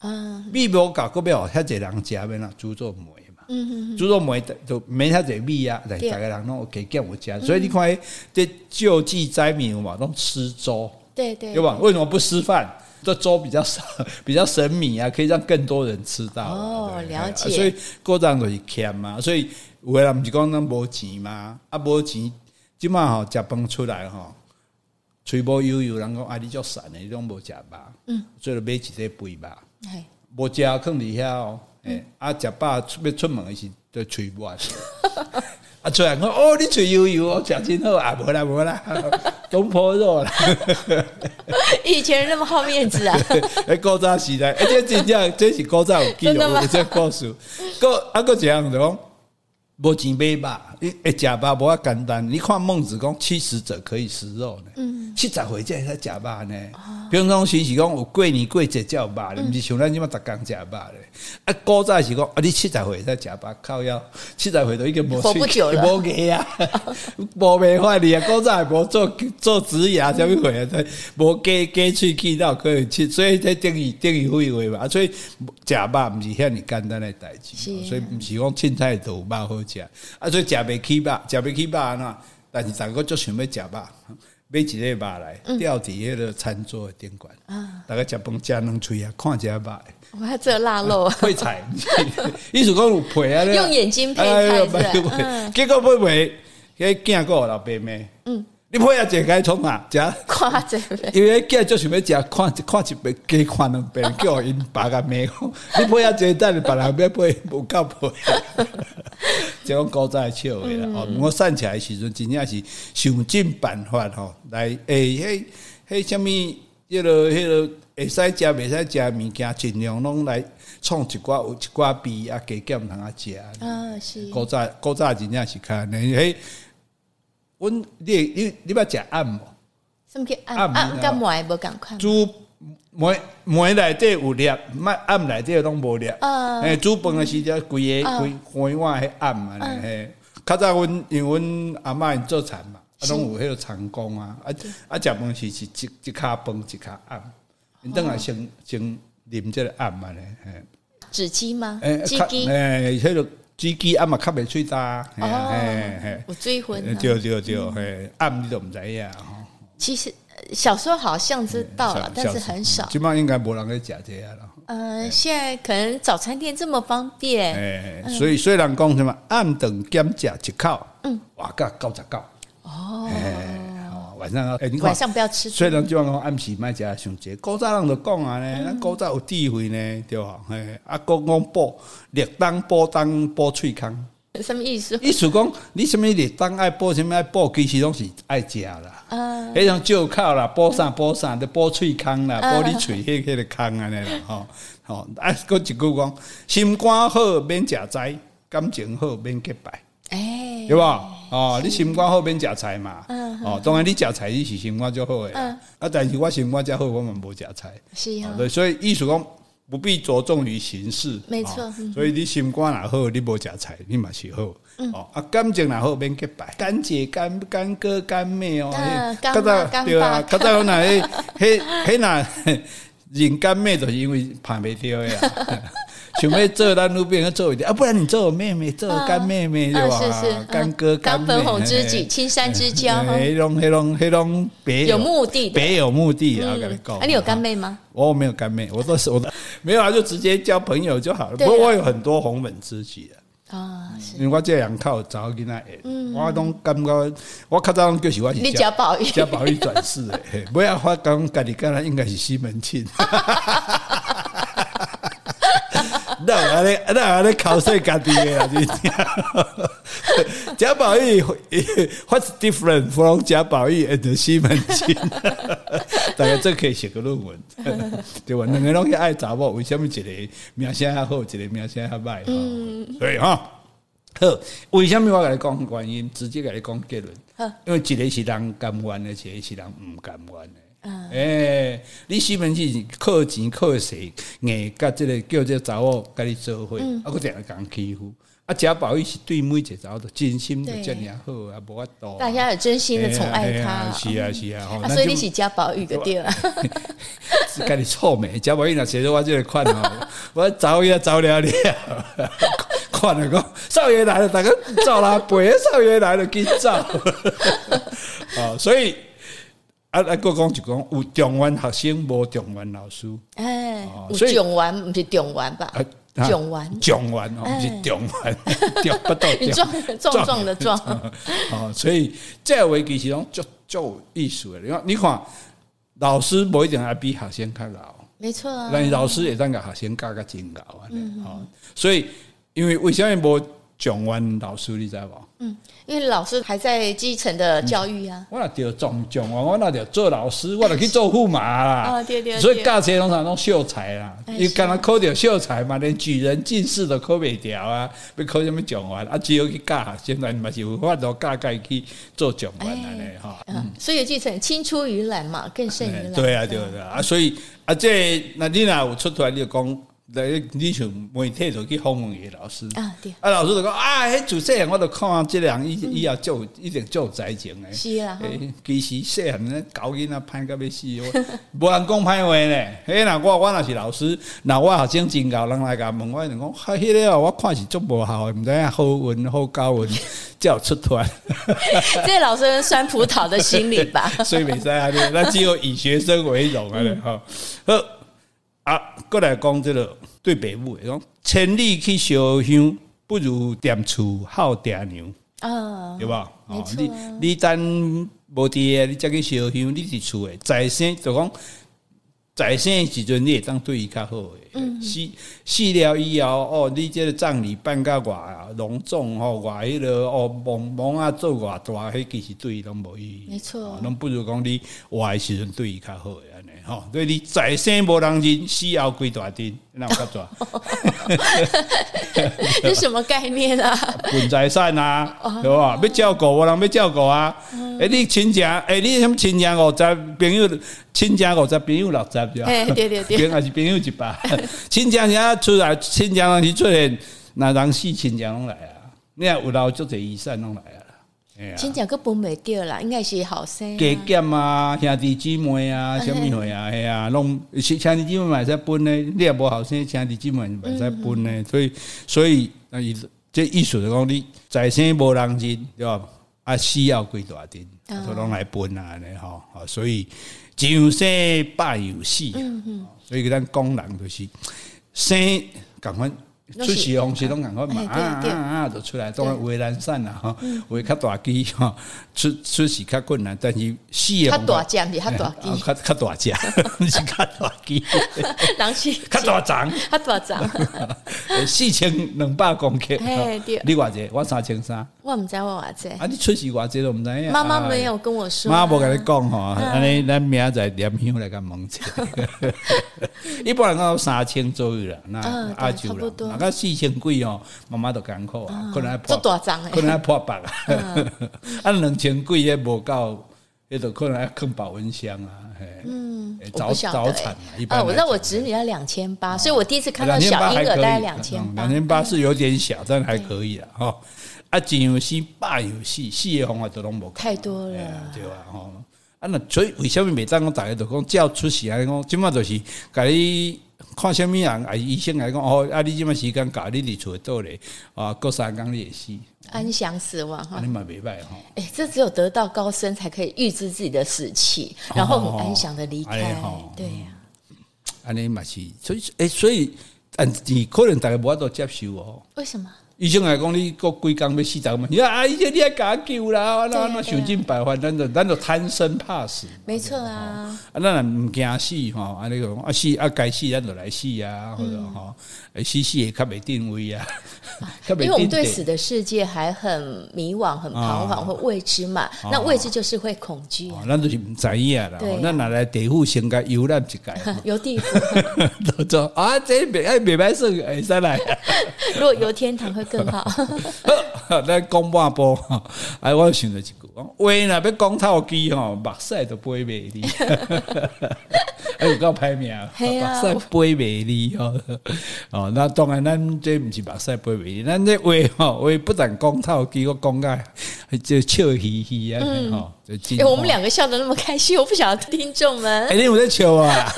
Speaker 3: 嗯
Speaker 2: 米无够，搁要互遐侪人食，要哪煮做糜嘛。
Speaker 3: 嗯嗯，
Speaker 2: 煮肉糜就免遐侪米啊，但是
Speaker 3: 对
Speaker 2: 逐个人拢有加减有食，所以你看迄，这救济灾民有嘛，拢吃粥。
Speaker 3: 对对
Speaker 2: 对吧？为什么不吃饭？这粥比较少， [laughs] 比较神秘啊，可以让更多人吃到啊。
Speaker 3: 哦
Speaker 2: 对不对啊
Speaker 3: 了解
Speaker 2: 所以过当就是欠嘛，所以有的人不是讲咱无钱嘛，啊无钱，即满吼食饭出来吼，吹波悠悠，人讲啊你足瘦的，你拢无食肉，嗯，所以就买一块肥肉。
Speaker 3: 哎
Speaker 2: 无食囥伫遐哦，
Speaker 3: 嗯
Speaker 2: 诶、啊，食饱出要出门诶时就喙抹， [laughs] 啊，出来讲哦，你喙油油哦，食真好啊，无啦无啦， [laughs] 东坡肉啦，
Speaker 3: 以前人那么好面子啊！
Speaker 2: [laughs] 诶，哎古早时代，而且真正这是古早有记录，
Speaker 3: 真的吗
Speaker 2: 有这故事，个啊个一样就讲。无钱买肉，你会食肉无遐简单。你看孟子讲七十者可以食肉呢，
Speaker 3: 嗯
Speaker 2: 七十岁才会使食肉呢。
Speaker 3: 哦
Speaker 2: 平常时是讲有过年过节才有肉
Speaker 3: 嗯
Speaker 2: 咧，毋是像咱即马逐工食肉咧。啊，古早是讲啊，你七十岁才食肉，靠腰七十岁都已经无
Speaker 3: 活不久了
Speaker 2: 无牙啊， [laughs] 无办法你啊。古早也无做做植牙，啥物货啊？ [laughs] 无加加喙齿到可能七，所以这等于等于废话嘛。啊所以食肉毋是遐尼简单诶代志，
Speaker 3: 是啊
Speaker 2: 所以毋是讲凊彩就有肉好食，啊，所以食袂起肉，食袂起肉安怎？但是大家足想要食肉，买一个肉来，
Speaker 3: 嗯
Speaker 2: 吊伫迄个餐桌的顶管，大家食饭食两喙啊，看一下肉的。
Speaker 3: [laughs] 我还这腊
Speaker 2: [laughs]
Speaker 3: 肉，
Speaker 2: 配菜，意思讲有配啊，
Speaker 3: 用眼睛配菜是吧嗯
Speaker 2: 菜，结果配袂，迄囝个老爸妹，嗯，你配啊，一个创啊，食，
Speaker 3: [laughs] 夸这
Speaker 2: [laughs]
Speaker 3: 边
Speaker 2: 因为迄囝就想要食，看一看一遍，加看两遍，叫因爸甲妹讲， [laughs] 你配啊，一个等别人要配，无够配， [laughs] 这种古早的笑话啦。哦，我散起来的时阵，真正是想尽办法吼，来诶，迄迄什物。迄落迄落会使食袂使食物件，尽量拢来创一寡有一寡味啊，加减通啊食。
Speaker 3: 啊，是
Speaker 2: 古早古早真正是较安尼，迄阮你你你捌食暗无？
Speaker 3: 什么叫
Speaker 2: 暗
Speaker 3: 暗
Speaker 2: 暝啊
Speaker 3: 暗干嘛也无赶快？
Speaker 2: 煮梅梅内底有粒，麦暗内底拢无粒。
Speaker 3: 啊
Speaker 2: 诶，煮饭诶时阵规
Speaker 3: 嗯
Speaker 2: 个规规碗迄暗嘛咧。嘿较早阮因为阮阿嬷因做田嘛，啊拢有迄个长工啊，啊啊食饭时是一一骹饭一骹暗，因等下先先啉即个暗嘛咧。嘿
Speaker 3: 纸鸡吗？
Speaker 2: 诶，
Speaker 3: 鸡
Speaker 2: 较
Speaker 3: 鸡，
Speaker 2: 诶，迄个煮鸡啊暗嘛较袂喙焦嘿
Speaker 3: 哦
Speaker 2: 嘿嘿，
Speaker 3: 有追魂啊。
Speaker 2: 对对对，嘿，暗你都毋知影吼。
Speaker 3: 其实呃小时候好像知道
Speaker 2: 哎
Speaker 3: 了，但是很少。
Speaker 2: 即摆应该无人咧食这个啦。哎
Speaker 3: 呃，现在可能早餐店这么方便，
Speaker 2: 诶，哎所以虽然讲什么暗顿减食一口，嗯，哇个九十九，
Speaker 3: 哦，
Speaker 2: 诶，哦晚上诶，你看
Speaker 3: 晚，上不要吃
Speaker 2: 虽然即摆讲暗时卖食上济，古早人就讲啊
Speaker 3: 嗯
Speaker 2: 呢，咱古早有智慧呢，对吧？诶，啊，讲讲补立冬补冬补喙空，
Speaker 3: 什么意思？
Speaker 2: 意思讲你什物立冬爱补什物爱补，其实拢是爱食啦。
Speaker 3: 啊，
Speaker 2: 迄种借口啦，补啥补啥，你补喙空啦，
Speaker 3: 啊
Speaker 2: 补你喙迄迄个空安尼啦，吼吼，啊，佫一句讲，心肝好免食斋，感情好免结拜，
Speaker 3: 哎嗯
Speaker 2: 对，吧？哦，你心肝好免食菜嘛，哦，当然你食菜你是心肝最好诶，啦，啊，但是我心肝较好，我嘛无食菜，
Speaker 3: 是啊
Speaker 2: 哦，对所以意思讲不必着重于形式，
Speaker 3: 没错
Speaker 2: 哦所以你心肝若好，你无食菜，你嘛是好。哦，啊，感情若好免结拜，干姐、干干哥、干妹哦
Speaker 3: 啊，
Speaker 2: 迄
Speaker 3: 干妈干
Speaker 2: 对啊，
Speaker 3: 爸
Speaker 2: 较早那迄迄迄那人干妹就是因为拍袂着的啊。想要做咱路边个做一点啊，不然你做我妹妹，做我干妹妹对
Speaker 3: 啊
Speaker 2: 吧
Speaker 3: 是是？
Speaker 2: 干哥、干
Speaker 3: 当
Speaker 2: 妹哎
Speaker 3: 粉红知己，
Speaker 2: 嘿
Speaker 3: 青山之交，嗯
Speaker 2: 嘿迄种、迄种、迄种别
Speaker 3: 有目的的。
Speaker 2: 别有目的啊！我跟你
Speaker 3: 嗯
Speaker 2: 讲，
Speaker 3: 啊，你有干妹吗？
Speaker 2: 我哦没有干妹，我都是我的没有啊，就直接交朋友就好了。
Speaker 3: 对
Speaker 2: 不
Speaker 3: 啊
Speaker 2: 过我有很多红粉知己啊，
Speaker 3: 啊，是嗯
Speaker 2: 因为我这两靠找囡仔的，我拢感觉我较早拢就是我是
Speaker 3: 你贾宝玉，
Speaker 2: 贾宝玉转世的，
Speaker 3: [laughs]
Speaker 2: 嘿不要我讲家己干啦，应该是西门庆。那安尼，那安尼考试家己的啊！ [laughs] 你听贾宝玉，What's different from 贾宝玉 and 西门庆？ [laughs] 大家这可以写个论文， [laughs] 对吧？两个拢去爱查某，为什么一个名声较好，一个名声较歹？嗯，所以哈，好，为什么我甲你讲原因？直接甲你讲结论
Speaker 3: 好，
Speaker 2: 因为一个是人甘愿的，一个是人毋甘愿的。
Speaker 3: 嗯
Speaker 2: 哎、你西门庆是靠钱靠势，硬甲即个叫这个查某甲你做伙，
Speaker 3: 嗯
Speaker 2: 啊，我定定共欺负。啊，贾宝玉是对每一个查某都真心就遮尔好啊，无法度啊。
Speaker 3: 大家有真心的宠爱
Speaker 2: 哎
Speaker 3: 他
Speaker 2: 呀，是啊是啊，吼
Speaker 3: 啊，
Speaker 2: 咱
Speaker 3: 所以
Speaker 2: 就
Speaker 3: 你是贾宝玉个对了。
Speaker 2: 是家己臭美，贾宝玉若写到我这个款吼， [laughs] 我走也走了了， [laughs] 看了讲少爷来了，大家嗯走啦，陪少爷来了，紧走。 [laughs] 哦，所以啊啊，哥讲就讲有状元学生，无状元老师，
Speaker 3: 哎，有
Speaker 2: 哦所以
Speaker 3: 囧丸不是囧丸吧
Speaker 2: 啊？啊 [laughs]
Speaker 3: 囧丸，
Speaker 2: 状元哦，不是状 [laughs] 元，状不到
Speaker 3: 你
Speaker 2: 状
Speaker 3: 撞撞撞的撞，
Speaker 2: [laughs] 哦，所以这话其实拢足足有意思的。你看，你看，老师无一定还比学生较老。
Speaker 3: 没错啊。
Speaker 2: 咱老师会当甲学生教甲真教
Speaker 3: 嗯
Speaker 2: 安尼吼，所以因为为什么无状元老师你知无？
Speaker 3: 嗯，因为老师还在基层的教育啊。
Speaker 2: 我若着中状元，我若着做老师，我若去做驸马啦。
Speaker 3: 哦对对对
Speaker 2: 所以教册拢常拢秀才啦，
Speaker 3: 哎
Speaker 2: 伊
Speaker 3: 是
Speaker 2: 敢若考着秀才嘛，连举人进士都考袂掉啊，要考什物状元啊？只有去教学生，咱嘛是有法度教家去做状元安尼吼。哎
Speaker 3: 嗯，所以继承青出于蓝嘛，更胜于蓝。
Speaker 2: 啊对啊，对啊，对啊，啊所以啊，这那你若有出出来，你就讲来你想媒体就去访问迄老师
Speaker 3: 啊对
Speaker 2: 啊老师就讲啊，迄主细汉我就看即个人伊伊也做一定做才情诶，
Speaker 3: 嗯是啊吼
Speaker 2: 诶其实细汉咧搞囡仔歹到要死，我 [laughs] 无人讲歹话咧。迄若我我若是老师，若我学生真贤人来甲问我，就讲啊，迄个啊我看是足无效诶，毋知影好运好
Speaker 3: [laughs]
Speaker 2: 教运，才有出团。啊
Speaker 3: 这老师酸葡萄的心理
Speaker 2: [laughs]
Speaker 3: 吧？
Speaker 2: 所以袂使安尼，那只有以学生为荣
Speaker 3: 嗯
Speaker 2: 安尼吼。好啊，过来讲即个对爸母诶，讲千里去烧香，不如踮厝好爹娘，
Speaker 3: 啊，
Speaker 2: 对吧？哦
Speaker 3: 没错啊
Speaker 2: 你你等无伫诶，你再去烧香，你伫厝诶，在生就讲。在生的时阵，你会当对伊较好诶。
Speaker 3: 嗯
Speaker 2: 死死了以后，哦，你即个葬礼办甲偌啊隆重吼，偌迄落哦，忙忙啊做偌大，迄其实对伊拢无意义。
Speaker 3: 没错
Speaker 2: 哦拢不如讲你活诶时阵对伊较好诶安尼吼。所以你在生无人认，死后归大阵，那有较
Speaker 3: [laughs]
Speaker 2: 大
Speaker 3: 这什么概念啊？
Speaker 2: [laughs] 分财产啊，
Speaker 3: 哦
Speaker 2: 对吧？要照顾无人要照顾啊。
Speaker 3: 嗯
Speaker 2: 诶，你亲情，诶，你什么亲情五十朋友，亲情五十朋友六十对吧
Speaker 3: 哎，对对
Speaker 2: [laughs]
Speaker 3: 对，
Speaker 2: 朋也是朋友一百，亲情也出来，亲情人是出现，那人死亲情拢来啊，你若有留足侪遗产拢来啊，哎呀，
Speaker 3: 先讲个本没掉啦，应该是好生、
Speaker 2: 加
Speaker 3: 啊。
Speaker 2: 减啊，兄弟姊妹
Speaker 3: [laughs]
Speaker 2: 啊，什物货啊，哎呀，拢是兄弟姊妹嘛会使分呢，你也无后生，兄弟姊妹嘛会使分
Speaker 3: 嗯
Speaker 2: 呢，所以所以那伊这意思就讲你在生无人认，对吧？啊，死要归大阵，
Speaker 3: 哦
Speaker 2: 都拢来分啊，安尼吼，啊所以上生百有死啊，
Speaker 3: 嗯
Speaker 2: 所以咱讲人就是生共款。
Speaker 3: 都
Speaker 2: 出
Speaker 3: 是
Speaker 2: 世方式拢共款嘛，啊
Speaker 3: 哎对对嗯
Speaker 2: 啊啊，就出来，当然为难散啦吼，为较大机吼，出出是较困难，但是死的
Speaker 3: 较
Speaker 2: 方
Speaker 3: 大
Speaker 2: 法
Speaker 3: 只，毋是较大
Speaker 2: 啊较较大
Speaker 3: 机，
Speaker 2: 只，
Speaker 3: [laughs]
Speaker 2: 毋是较大机，
Speaker 3: [laughs] 人
Speaker 2: [laughs]
Speaker 3: 是
Speaker 2: 较大
Speaker 3: [laughs]
Speaker 2: 长，
Speaker 3: 较大只。
Speaker 2: 四千两百公克。
Speaker 3: 嘿哎对
Speaker 2: 你偌济？我三千三，啊
Speaker 3: 我毋知我
Speaker 2: [laughs]
Speaker 3: 偌济，
Speaker 2: 你出世偌济都毋知啊影。
Speaker 3: 妈妈没有跟我说、
Speaker 2: 妈无甲你讲吼，
Speaker 3: 嗯
Speaker 2: 安尼咱明仔载念香来甲问
Speaker 3: [laughs]
Speaker 2: 者。一般人讲三千左右啦，那
Speaker 3: 嗯对
Speaker 2: 阿舅
Speaker 3: 差不
Speaker 2: 啦，
Speaker 3: 多
Speaker 2: 若个四千几哦，妈妈都艰苦啊，可能要
Speaker 3: 做
Speaker 2: 破
Speaker 3: 大张诶、嗯
Speaker 2: 可能要破百啊， [laughs] 啊两千几也无够，迄就可能要放保温箱啊，嗯，
Speaker 3: 我
Speaker 2: 早
Speaker 3: 不晓得
Speaker 2: 早
Speaker 3: 欸
Speaker 2: 产啊，一般
Speaker 3: 啊，
Speaker 2: 来
Speaker 3: 我知道
Speaker 2: 讲
Speaker 3: 我侄女要两千八，所以我第一次看到
Speaker 2: 两千
Speaker 3: 小
Speaker 2: 八
Speaker 3: 婴
Speaker 2: 还
Speaker 3: 儿
Speaker 2: 可
Speaker 3: 大
Speaker 2: 以，嗯
Speaker 3: 概两千八
Speaker 2: 两，千八是有点小，但还可以啦，吼。啊，真有四百有四，四个方法都拢无够。
Speaker 3: 太多
Speaker 2: 哎呀
Speaker 3: 了。
Speaker 2: 对啊，吼。啊，那所以为什么每当讲大家都讲只要出事啊？讲即马就是甲你看什么人啊？医生来讲哦，啊，你即马时间搞你伫厝倒咧啊，过三工你会死，
Speaker 3: 安详死亡哈
Speaker 2: 安尼。嘛袂歹吼。
Speaker 3: 哎、这只有得道高僧才可以预知自己的死期，然后很安详的离
Speaker 2: 哦哎
Speaker 3: 开。
Speaker 2: 好
Speaker 3: 对呀、
Speaker 2: 安尼嘛是，所以诶、所以但是可能大家无法度接受哦。
Speaker 3: 为什么？
Speaker 2: 医生来讲，你过几工要死十嘛？呀，啊医生你也甲我救啦，啊
Speaker 3: 对啊
Speaker 2: 那那
Speaker 3: 对啊
Speaker 2: 想尽办法，咱就咱就贪生怕死，
Speaker 3: 没错啊，
Speaker 2: 啊，咱也毋惊死吼，安尼讲啊死啊该死咱就来死啊，或者
Speaker 3: 嗯
Speaker 2: 吼，诶死死也较袂定位
Speaker 3: [laughs]
Speaker 2: 啊，较袂
Speaker 3: 因为我们
Speaker 2: 定
Speaker 3: 对
Speaker 2: 地
Speaker 3: 死的世界还很迷惘、很彷徨、
Speaker 2: 啊
Speaker 3: 会未知嘛。那未知就是会恐惧、
Speaker 2: 哦
Speaker 3: 啊，
Speaker 2: 咱就是毋知影啦
Speaker 3: 对啊，，
Speaker 2: 咱若来地府先甲游览一界
Speaker 3: [laughs]
Speaker 2: [laughs]
Speaker 3: 游嗯地府，
Speaker 2: 就做啊，这袂哎袂歹算，会使来。啊
Speaker 3: 如果游天堂会
Speaker 2: [laughs]
Speaker 3: 更好。
Speaker 2: 咱讲半波， [laughs] 哎，我想着一句，讲话若要讲透机吼，目屎都飞袂离， [laughs] 哎，有够歹命，
Speaker 3: 嘿啊
Speaker 2: 目屎飞袂离 [laughs] 吼。哦，那当然，咱这毋是目屎飞袂离，咱这话吼，话不但讲透机，我讲个就笑嘻嘻啊，吼，就真
Speaker 3: 哎、我们两个笑得那么开心，我不晓得听众们
Speaker 2: 哎，，你有在笑啊？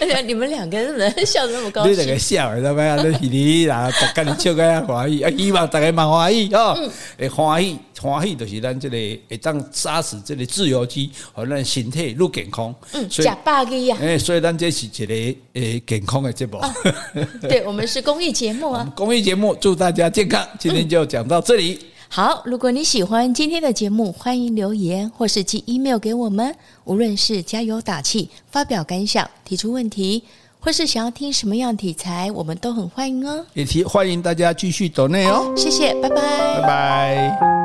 Speaker 3: 而且 [laughs] 你们两个怎么笑得那么高
Speaker 2: 你
Speaker 3: 兴
Speaker 2: 哎两？个笑的，怎么样？你是你啦，大家你笑个啊欢喜，啊，希望大家嘛欢喜哦。会欢喜，欢喜就是咱这个会当杀死这个自由基，和咱身体愈健康。嗯所以
Speaker 3: 假，霸力呀！
Speaker 2: 哎，所以咱这是一个诶健康的节目。 [laughs]
Speaker 3: [laughs] 对我们是公益节目啊。
Speaker 2: 公益节目，祝大家健康。今天就讲到这里。
Speaker 3: 好，如果你喜欢今天的节目，欢迎留言或是寄 email 给我们。无论是加油打气、发表感想、提出问题，或是想要听什么样的题材，我们都很欢迎哦。
Speaker 2: 也提欢迎大家继续抖内哦，
Speaker 3: 谢谢，拜拜
Speaker 2: 拜拜。